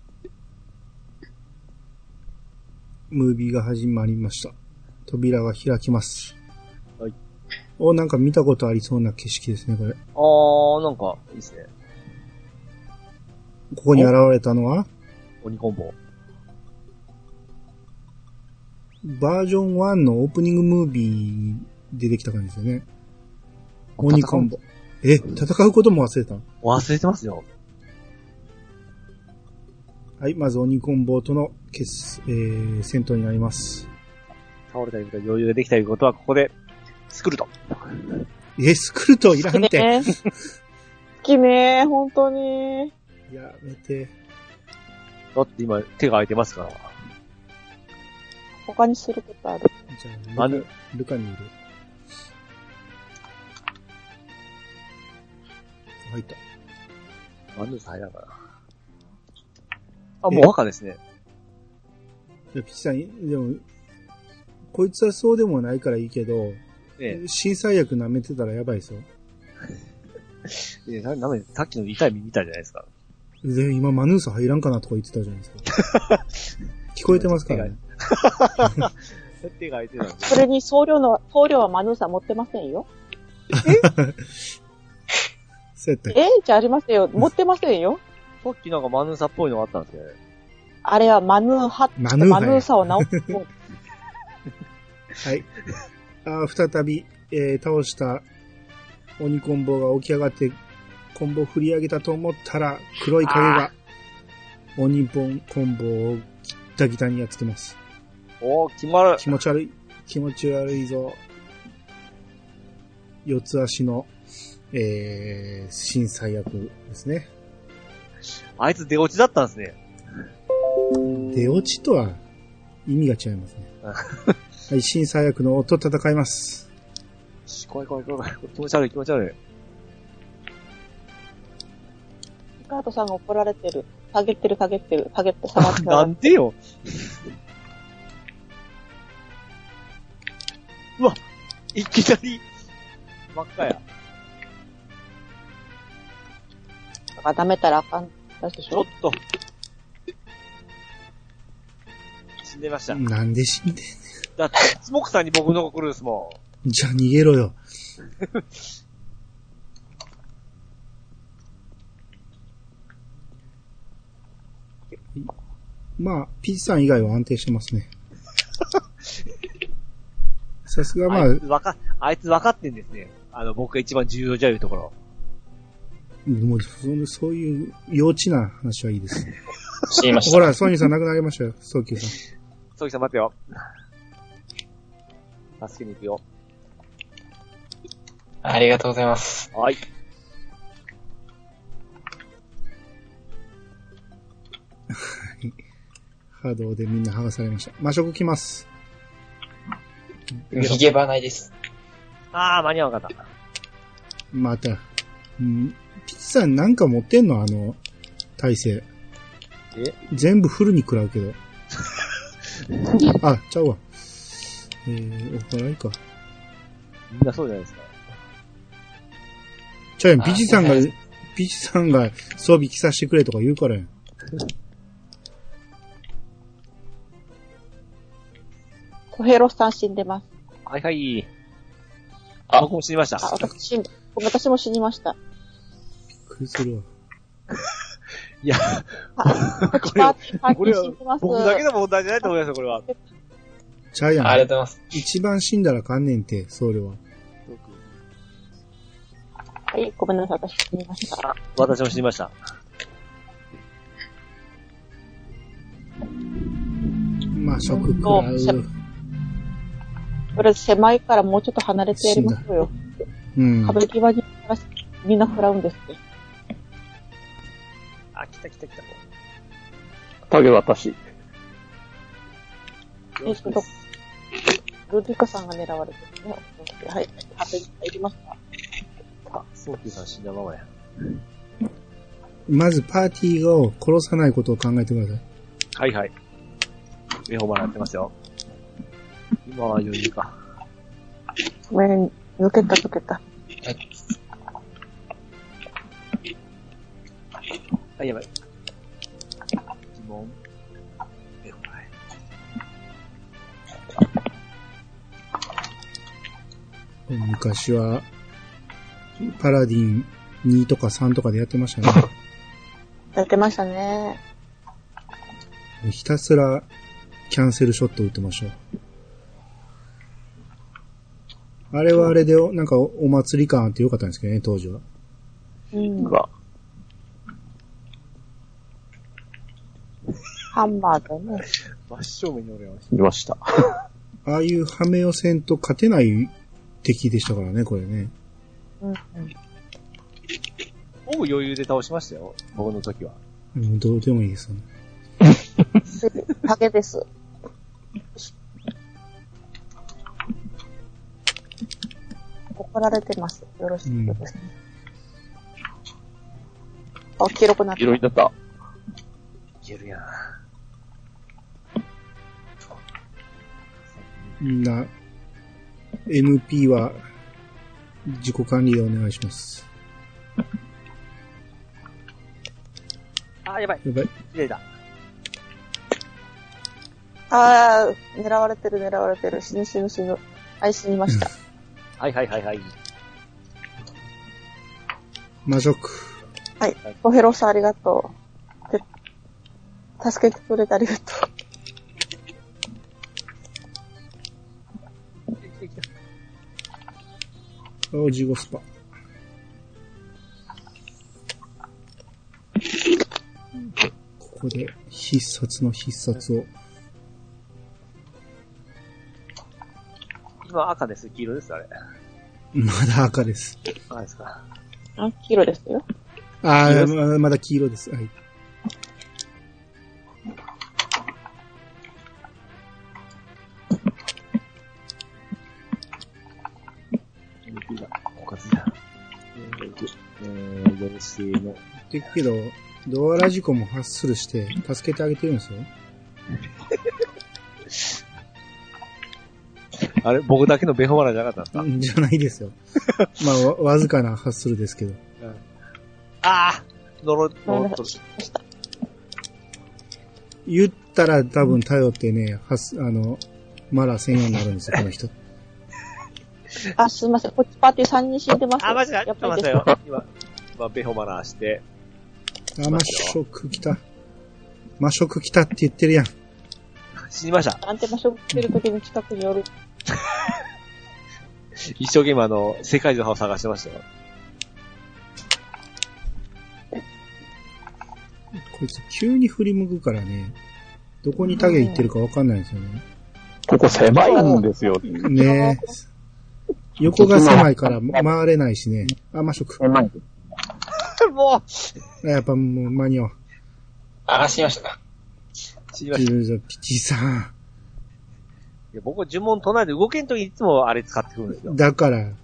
ムービーが始まりました。扉が開きます。
はい。
お、なんか見たことありそうな景色ですね、これ。
あー、なんか、いいですね。
ここに現れたのは、
鬼コンボ。
バージョン1のオープニングムービーに出てきた感じですよね。鬼コンボ。え、戦うことも忘れたの
忘れてますよ。
はい、まず鬼コンボとの決、えー、戦闘になります。
倒れたりとか余裕ができたりということは、ここで、作ると。
え、スクルトいらん
好き
て。
ね。好きね、本当に。
やめて。
だって今、手が空いてますから。
他にすることある。
じゃあ、
あ
ル
の
カルカにいる。入った。
ワンヌース入らんかな。あ、
え
もう赤ですね。
いや、ピチさん、でも、こいつはそうでもないからいいけど、
え
新災薬舐めてたらやばいですよ。
え、えな、なめ、さっきの痛い目見たじゃないですか。
で、今、マヌーサ入らんかなとか言ってたじゃないですか。 聞こえてますからね。
手が空いてたんで。
それに送料の、送料はマヌーサ持ってませんよ。
そうやったっけ
えじゃありませんよ。持ってませんよ。
さっきなんかマヌーサっぽいのがあったんですよね。
あれはマヌーハって
マヌーハや
マヌーサを直す。
はい。あー再び、えー倒した鬼コンボが起き上がって、コンボを振り上げたと思ったら、黒い影が、鬼ボンコンボをギッタギタにやっつけます。
おー、決まる。
気持ち悪い、気持ち悪いぞ。四つ足の、えー、新最悪ですね。
あいつ出落ちだったんですね。
出落ちとは意味が違いますね。
あ
はい、新最悪の音戦います。
し怖い怖い怖い。気持ち悪い気持ち悪い。
リカートさんが怒られてる。下げってる、下げってる、下げって、下がっ て
な
る。
んでよ。うわ、いきなり、真っ赤や。
とか、ダメたらあかん。だでし
ちょ
ょ
っと。死んでました。
なんで死んでん
だって、スモークさんに僕の来るんですも
じゃあ逃げろよ。まあ、ピーチさん以外は安定してますね。さすが
ん。
まあ、
あいつわか、あいつ分かってんですね。あの、僕が一番重要じゃいうところ。
もうそのそういう幼稚な話はいいです。
死にまし
ほ
た。
ら、ソニーさん亡くなりましたよ、ソーキューさん。
ソギさん待ってよ。 助けに行くよ。
ありがとうございます。
はい。
波動でみんな剥がされました。魔食来ます。
ヒゲばないです。
あー、間に合わなかった。
また、うん、ピッチさんなんか持ってんのあの、体勢。
え
全部フルに食らうけど。あ、ちゃうわ。えー、お払いか。
みんなそうじゃないですか。
ちゃうやん、ピチさんが、ピチさんが装備着させてくれとか言うからやん。
小平ロさん死んでます。
はいはい。
あ
僕も死にました。
あ、私死んだ。私も死にました。
工夫するわ。
いや、
あ、
これ
パー
は、
ティー、パーテ
こ
ィ
れ
ー
は
死んでます。
僕だけの問題じゃないと思いますよ、これは。
ちゃうや
ありが
ん。
とうございます。
一番死んだらかんねんて、僧侶は。
はい、ごめんなさい、私死にました。
私も死にました。
まあ、食食ら。
そうとりあえず狭いからもうちょっと離れてやりましょうよ。
うん。
壁際にみんな食らうんですって。
あ、来た来た来た。
影私。
えっと、ルリカさんが狙われてるね。はい、壁に入りました。
あ、そうきゅうさん死んだままや。
まずパーティーを殺さないことを考えてください。
はいはい。上方までやってますよ。今は余裕か。
ごめん、抜けた抜けた。
あ、やばい。疑問。上方前。
昔は、パラディン2とか3とかでやってましたね。
やってましたね。
ひたすら、キャンセルショット打ってました。あれはあれで、なんかおお祭り感あってよかったんですけどね、当時は。
うん。
うわ
ハンマーだね。
真正面に俺は。
いました。
ああいうハメをせんと勝てない敵でしたからね、これね。
うん。
もう余裕で倒しましたよ。僕の時は。
もうどうでもいいですよね。
次、影です。怒られてます。よろしくです。あ、黄色くなった
い。ろいろだった。
いけるやん。
みんな、MP は、自己管理でお願いします。
あ、やばい。
やばい。
綺麗だ。
あー、狙われてる、狙われてる。死ぬ、死ぬ、死ぬ。はい、死にました。
はいはいはいはい。
魔女区。
はい。おヘロさん、ありがとう。で助けてくれてありがとう。
お、ジゴスパ。ここで必殺の必殺を。
今赤です。黄色です。あれ。
まだ赤です。
赤ですか。
あ、黄色ですよ。
あーままだ黄色です。はい。
MP が。枯渇だ。えー、いくえー、よろしいの。
てくけど、ドアラジコもハッスルして助けてあげてるんですよ。
あれ僕だけのベホマラじゃなかったんですか、
じゃないですよ。 まあわ、わずかなハッスルですけど。
ああのろ、のろっと。
言ったら多分頼ってね、ハッス、あの、マラ専用になるんですよ、この人。
あ、すいません。こっちパーティー3人死んでます。
あ、マジだ。ちょ
や
っ
っ
と
ぱ
待
り
って
です
よ。今、今、ベホマラして。
あ、魔食来た。魔食来たって言ってるやん。
死にました。
なんて場所来てる時に近くに寄る。
一生懸命あの、世界中の歯を探してましたよ。
こいつ急に振り向くからね、どこに影行ってるかわかんないんですよね。
ここ狭いんですよ。
ねえ。横が狭いから回れないしね。あ、魔食。
狭い。
も
あやっぱもう間に合わん。
あ、死にました。
う死にま
ピ
した。い
チさん。
や僕、呪文唱えて動けんときいつもあれ使ってくるんですよ。
だから、ん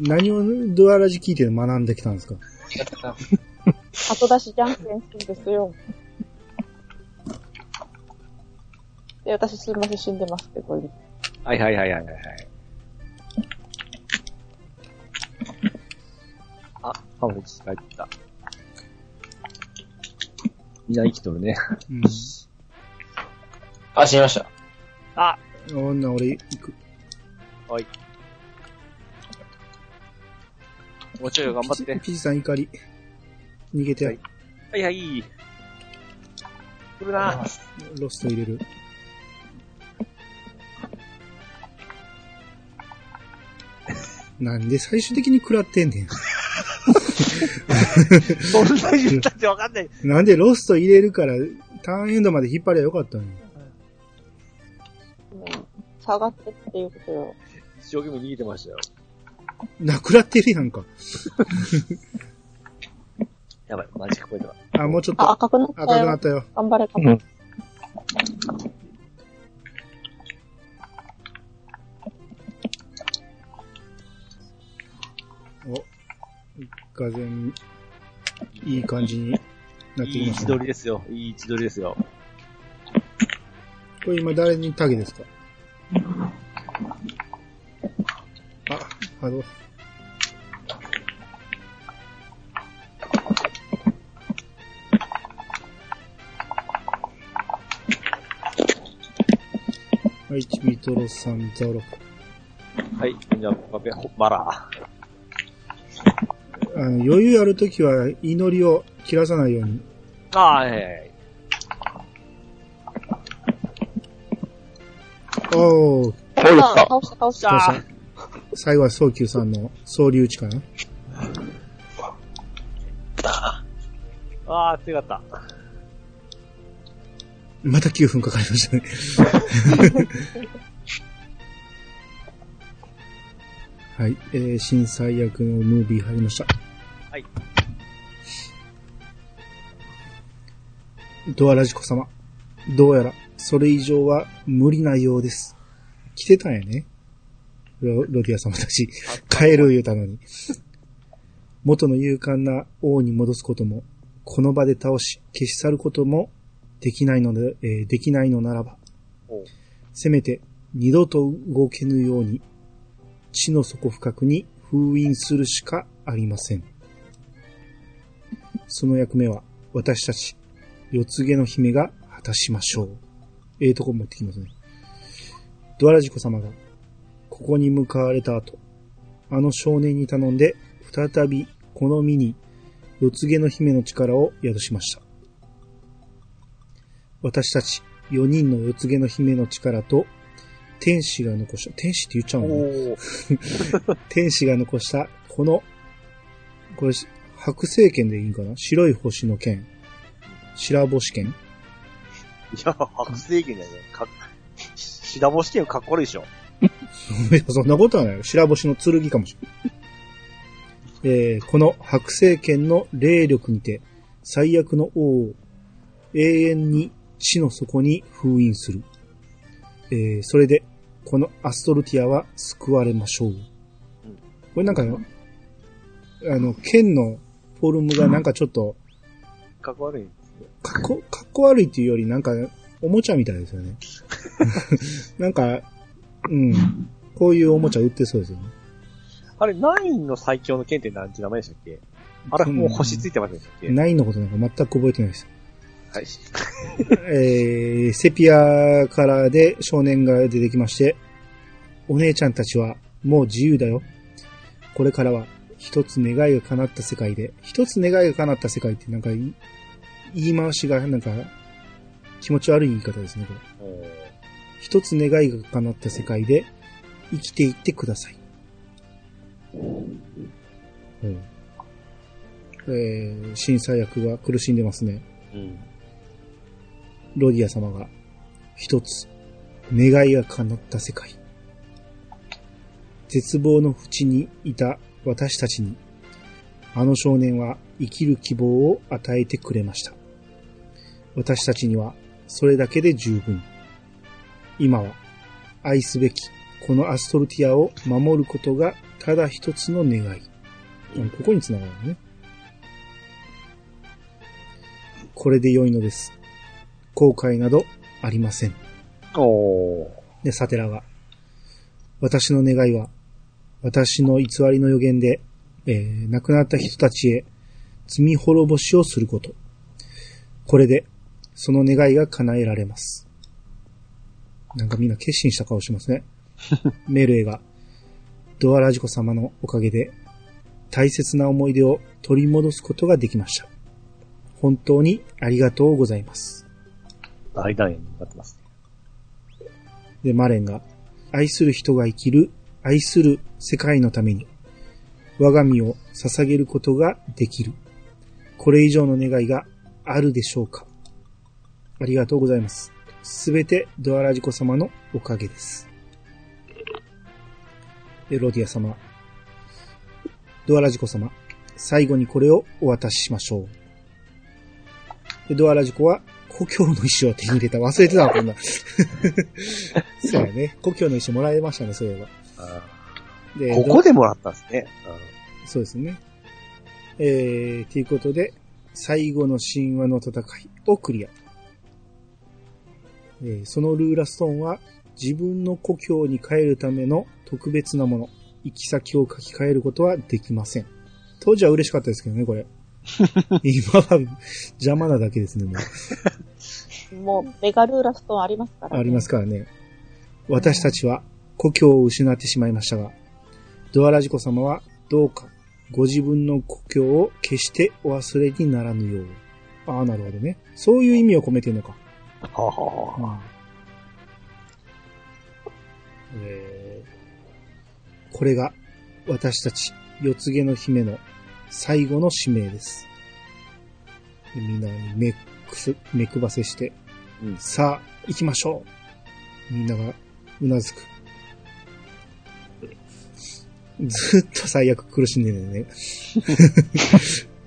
何をドアラジ聞いて学んできたんですか
後出しじゃんけんするんですよ。で、私すいません、死んでますけど、今
はいはいはいはいはいはい。あ、パンフチ帰った。みんな生きとるね。
うん。
あ、死にました。
ほんなら俺行く。
もうちょい頑張って。
ピジさん怒り。逃げて、
はい はいはい。来るな。
ロスト入れる。なんで最終的に食らってんね
そんな言ったってわかんない。
ん。なんでロスト入れるから、ターンエンドまで引っ張りゃよかったのに。
下がってっていうことよ。
一生懸命逃げてましたよ。
な、食らってるやんか。
やばい、マジックポイントが。
あ、もうちょっと
あ、赤くなった
赤
よ。
くなったよ。
頑張れ、頑張
うん。
れ
が然、いい感じになって
い
き
い位
ま
置
し
取
た。
りですよ。いい位置取りですよ。
これ今誰にタゲですかあ、ハード。はい、ミトロさん、ザオロ
はい、じゃあ、パペ、ほバラ。
あの余裕あるときは祈りを切らさないように。
ああ、はいはいはい。
おー、
倒した、倒した、倒した。
倒した最後は早急さんの総流打ちかな。
ああ、強かった。
また9分かかりました ね。はい、えー、新最悪のムービー入りました。
はい。
ドアラジコ様。どうやら、それ以上は無理なようです。来てたんやね。ロロディア様たち、帰る言うたのに。元の勇敢な王に戻すことも、この場で倒し、消し去ることもできないので、えーできないのならば
おう、
せめて二度と動けぬように、地の底深くに封印するしかありません。その役目は私たち、四つ毛の姫が果たしましょう。ええとこ持ってきますね。ドアラジコ様が、ここに向かわれた後、あの少年に頼んで、再びこの身に四つ毛の姫の力を宿しました。私たち4人の四つ毛の姫の力と、天使が残した、天使って言っちゃうの、ね、
お。
天使が残した、この、これ、白星剣でいいんかな白い星の剣。白星剣
いや、白星剣だよ。か、白星剣かっこ悪いでしょ。
いやそんなことはないよ。白星の剣かもしれない。 えーこの白星剣の霊力にて、最悪の王を永遠に地の底に封印する。えーそれで、このアストルティアは救われましょう。これなんか、あの、剣のフォルムがなんかちょっと、
かっこ悪い。
かっこ、かっこ悪いっていうより、なんか、おもちゃみたいですよね。なんか、うん。こういうおもちゃ売ってそうですよね。
あれ、ナインの最強の剣って何て名前でしたっけあれ、もう星ついてませんでしたっけ
ナインのことなんか全く覚えてないです。
はい。
えー、セピアカラーで少年が出てきまして、お姉ちゃんたちはもう自由だよ。これからは一つ願いが叶った世界で、一つ願いが叶った世界ってなんかいい言い回しがなんか気持ち悪い言い方ですね、これ。一つ願いが叶った世界で生きていってください。うんえー、審査役が苦しんでますね。
うん。
ロディア様が、一つ、願いが叶った世界。絶望の淵にいた私たちに、あの少年は生きる希望を与えてくれました。私たちには、それだけで十分。今は、愛すべき、このアストルティアを守ることがただ一つの願い。ここに繋がるのね。これで良いのです。後悔などありません。
おー。
で、サテラが。私の願いは、私の偽りの予言で、えー亡くなった人たちへ、罪滅ぼしをすること。これで、その願いが叶えられます。なんかみんな決心した顔してますね。メルエが、ドアラジコ様のおかげで、大切な思い出を取り戻すことができました。本当にありがとうございます。
大団円になってますね。
で、マレンが、愛する人が生きる、愛する世界のために、我が身を捧げることができる。これ以上の願いがあるでしょうかありがとうございます。すべてドアラジコ様のおかげです。で、ロディア様、ドアラジコ様、最後にこれをお渡ししましょう。で、ドアラジコは、故郷の石を手に入れた。忘れてたわ、こんな。そうやね。故郷の石もらえましたね、そういえば。で
ここでもらったんですね。
そうですね。えー、ということで、最後の神話の戦いをクリア。えーそのルーラストーンは、自分の故郷に帰るための特別なもの、行き先を書き換えることはできません。当時は嬉しかったですけどね、こ れ。今は邪魔なだけですね、もう
もう、ベガルーラストーンありますから、
ありますからね。私たちは故郷を失ってしまいましたが、ドアラジコ様はどうかご自分の故郷を決してお忘れにならぬよう。ああ、なるほどね。そういう意味を込めてるのか。
はあ、はあはあ、
えーこれが私たち四つ毛の姫の最後の使命です。でみんなに目くす、目くばせして、
うん
さあ、行きましょうみんながうなずく。ずっと最悪苦しんでるよね。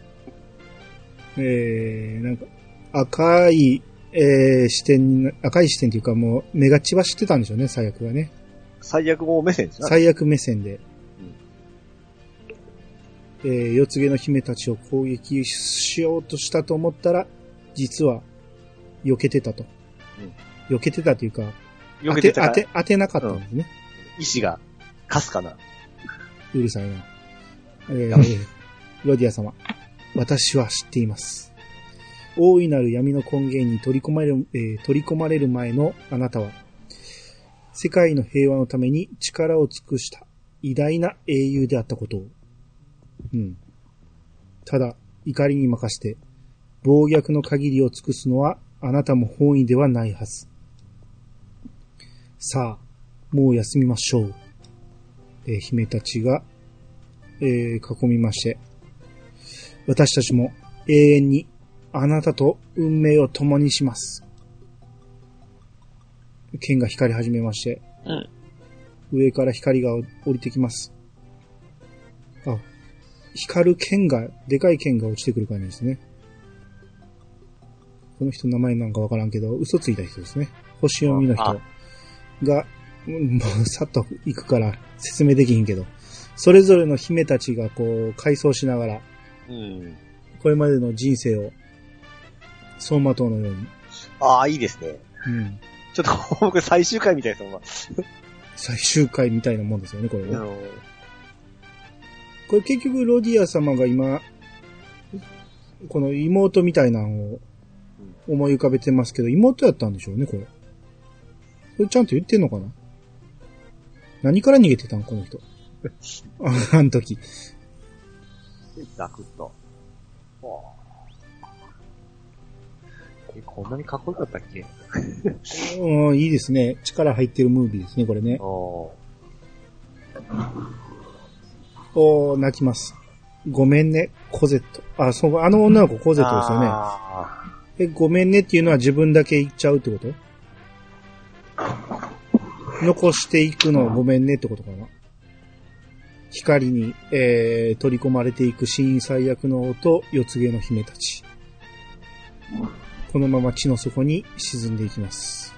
えー、なんか、赤い、えー、視点に、赤い視点というかもう目が血走ってたんでしょうね、最悪がね。
最悪号目線ですね。
最悪目線で、えー四つ毛の姫たちを攻撃しようとしたと思ったら、実は、避けてたと。避けてたというか、
よけてた
当
か
て、当て、
ら、
当てなかったんですね。
意志が、かすかな。
うるさいな。えー、ロディア様、私は知っています。大いなる闇の根源に取り込まれる、えー取り込まれる前のあなたは、世界の平和のために力を尽くした偉大な英雄であったことを。うん。ただ、怒りに任せて、暴虐の限りを尽くすのはあなたも本意ではないはず。さあ、もう休みましょう。えー姫たちが、えー囲みまして、私たちも永遠にあなたと運命を共にします。剣が光り始めまして、
うん
上から光が降りてきます。あ、光る剣が、でかい剣が落ちてくる感じですね。この人名前なんかわからんけど、嘘ついた人ですね。星読みの人が、うんもうさっと行くから説明できひんけど、それぞれの姫たちがこう、回想しながら、
うん。
これまでの人生を、走馬灯のように、
ああ、いいですね。
うん、
ちょっと、僕最終回みたいですもん。
最終回みたいなもんですよね、これ
あ
ね。
の
これ結局、ロディア様が今、この妹みたいなのを思い浮かべてますけど、妹やったんでしょうね、これ。それちゃんと言ってんのかな何から逃げてたんこの人。 ああの時。
ザクッと。はあえ、こんなにかっこよかったっけ
うん、いいですね。力入ってるムービーですね、これね。
おー
おー、泣きます。ごめんね、コゼット。あ、そう、あの女の子コゼットですよね。
あ
え、ごめんねっていうのは自分だけ言っちゃうってこと残していくのをごめんねってことかな光に、えー、取り込まれていく死因最悪の音、四つ毛の姫たち。このまま地の底に沈んでいきます。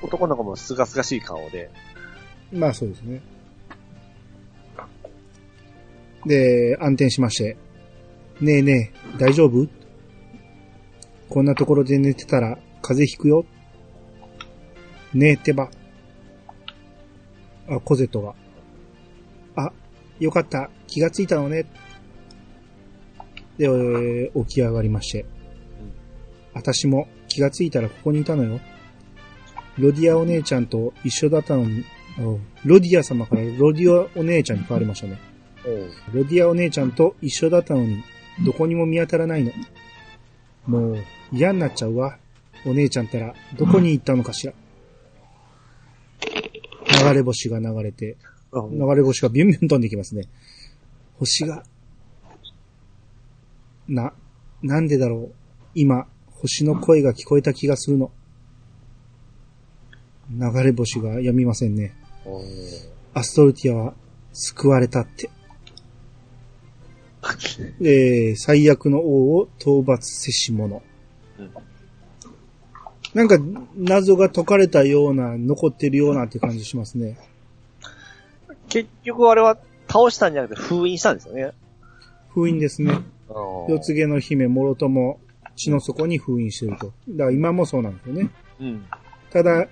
ー男の子もすがすがしい顔で。
まあそうですね。で、暗転しまして、ねえねえ、大丈夫こんなところで寝てたら、風邪ひくよ。ねえ、手羽。あ、コゼットが。あ、よかった、気がついたのね。で、えー起き上がりまして。私も気がついたらここにいたのよ。ロディアお姉ちゃんと一緒だったのに、あのロディア様からロディアお姉ちゃんに変わりましたね。ロディアお姉ちゃんと一緒だったのに、どこにも見当たらないの。もう、嫌になっちゃうわ。お姉ちゃんったら、どこに行ったのかしら。流れ星が流れて、流れ星がビュンビュン飛んできますね。星が、な、なんでだろう。今、星の声が聞こえた気がするの。流れ星がやみませんね。アストルティアは救われた って。えー、最悪の王を討伐せし者。
うん
なんか、謎が解かれたような、残ってるようなって感じしますね。
結局あれは倒したんじゃなくて封印したんですよね。
封印ですね。四
四
つ。毛の姫、諸とも、血の底に封印してると。だから今もそうなんですよね。
うん。
ただ、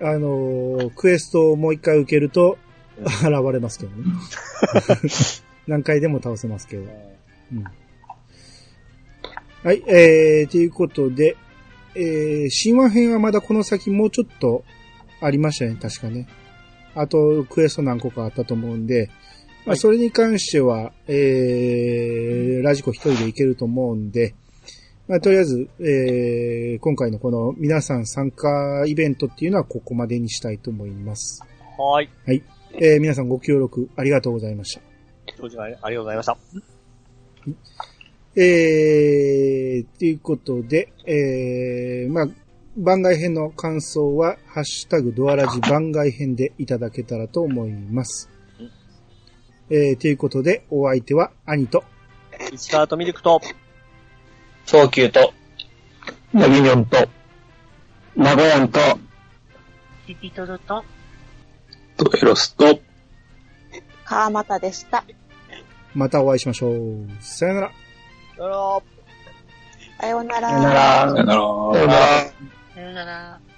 あのークエストをもう一回受けると、
うん
現れますけど ね。何回でも倒せますけど。うんはい、えー、ということで、えー、神話編はまだこの先もうちょっとありましたね、確かね。あと、クエスト何個かあったと思うんで、まあ、それに関しては、えー、ラジコ一人でいけると思うんで、まあ、とりあえず、えー、今回のこの皆さん参加イベントっていうのはここまでにしたいと思います。
はーい。
えー、皆さんご協力ありがとうございました。
長時間ありがとうございました。
えー、ということで、えー、まあ、番外編の感想は、ハッシュタグドアラジ番外編でいただけたらと思います。えー、ということで、お相手は、兄と、
石川とミルクと、
東急と、
ヤギニョンと、名古屋んと、
ピピトロと、
ドエロスと、
川又でした。
またお会いしましょう。さよなら。
どうぞ
さような
さよなら
さよなら。
さよなら。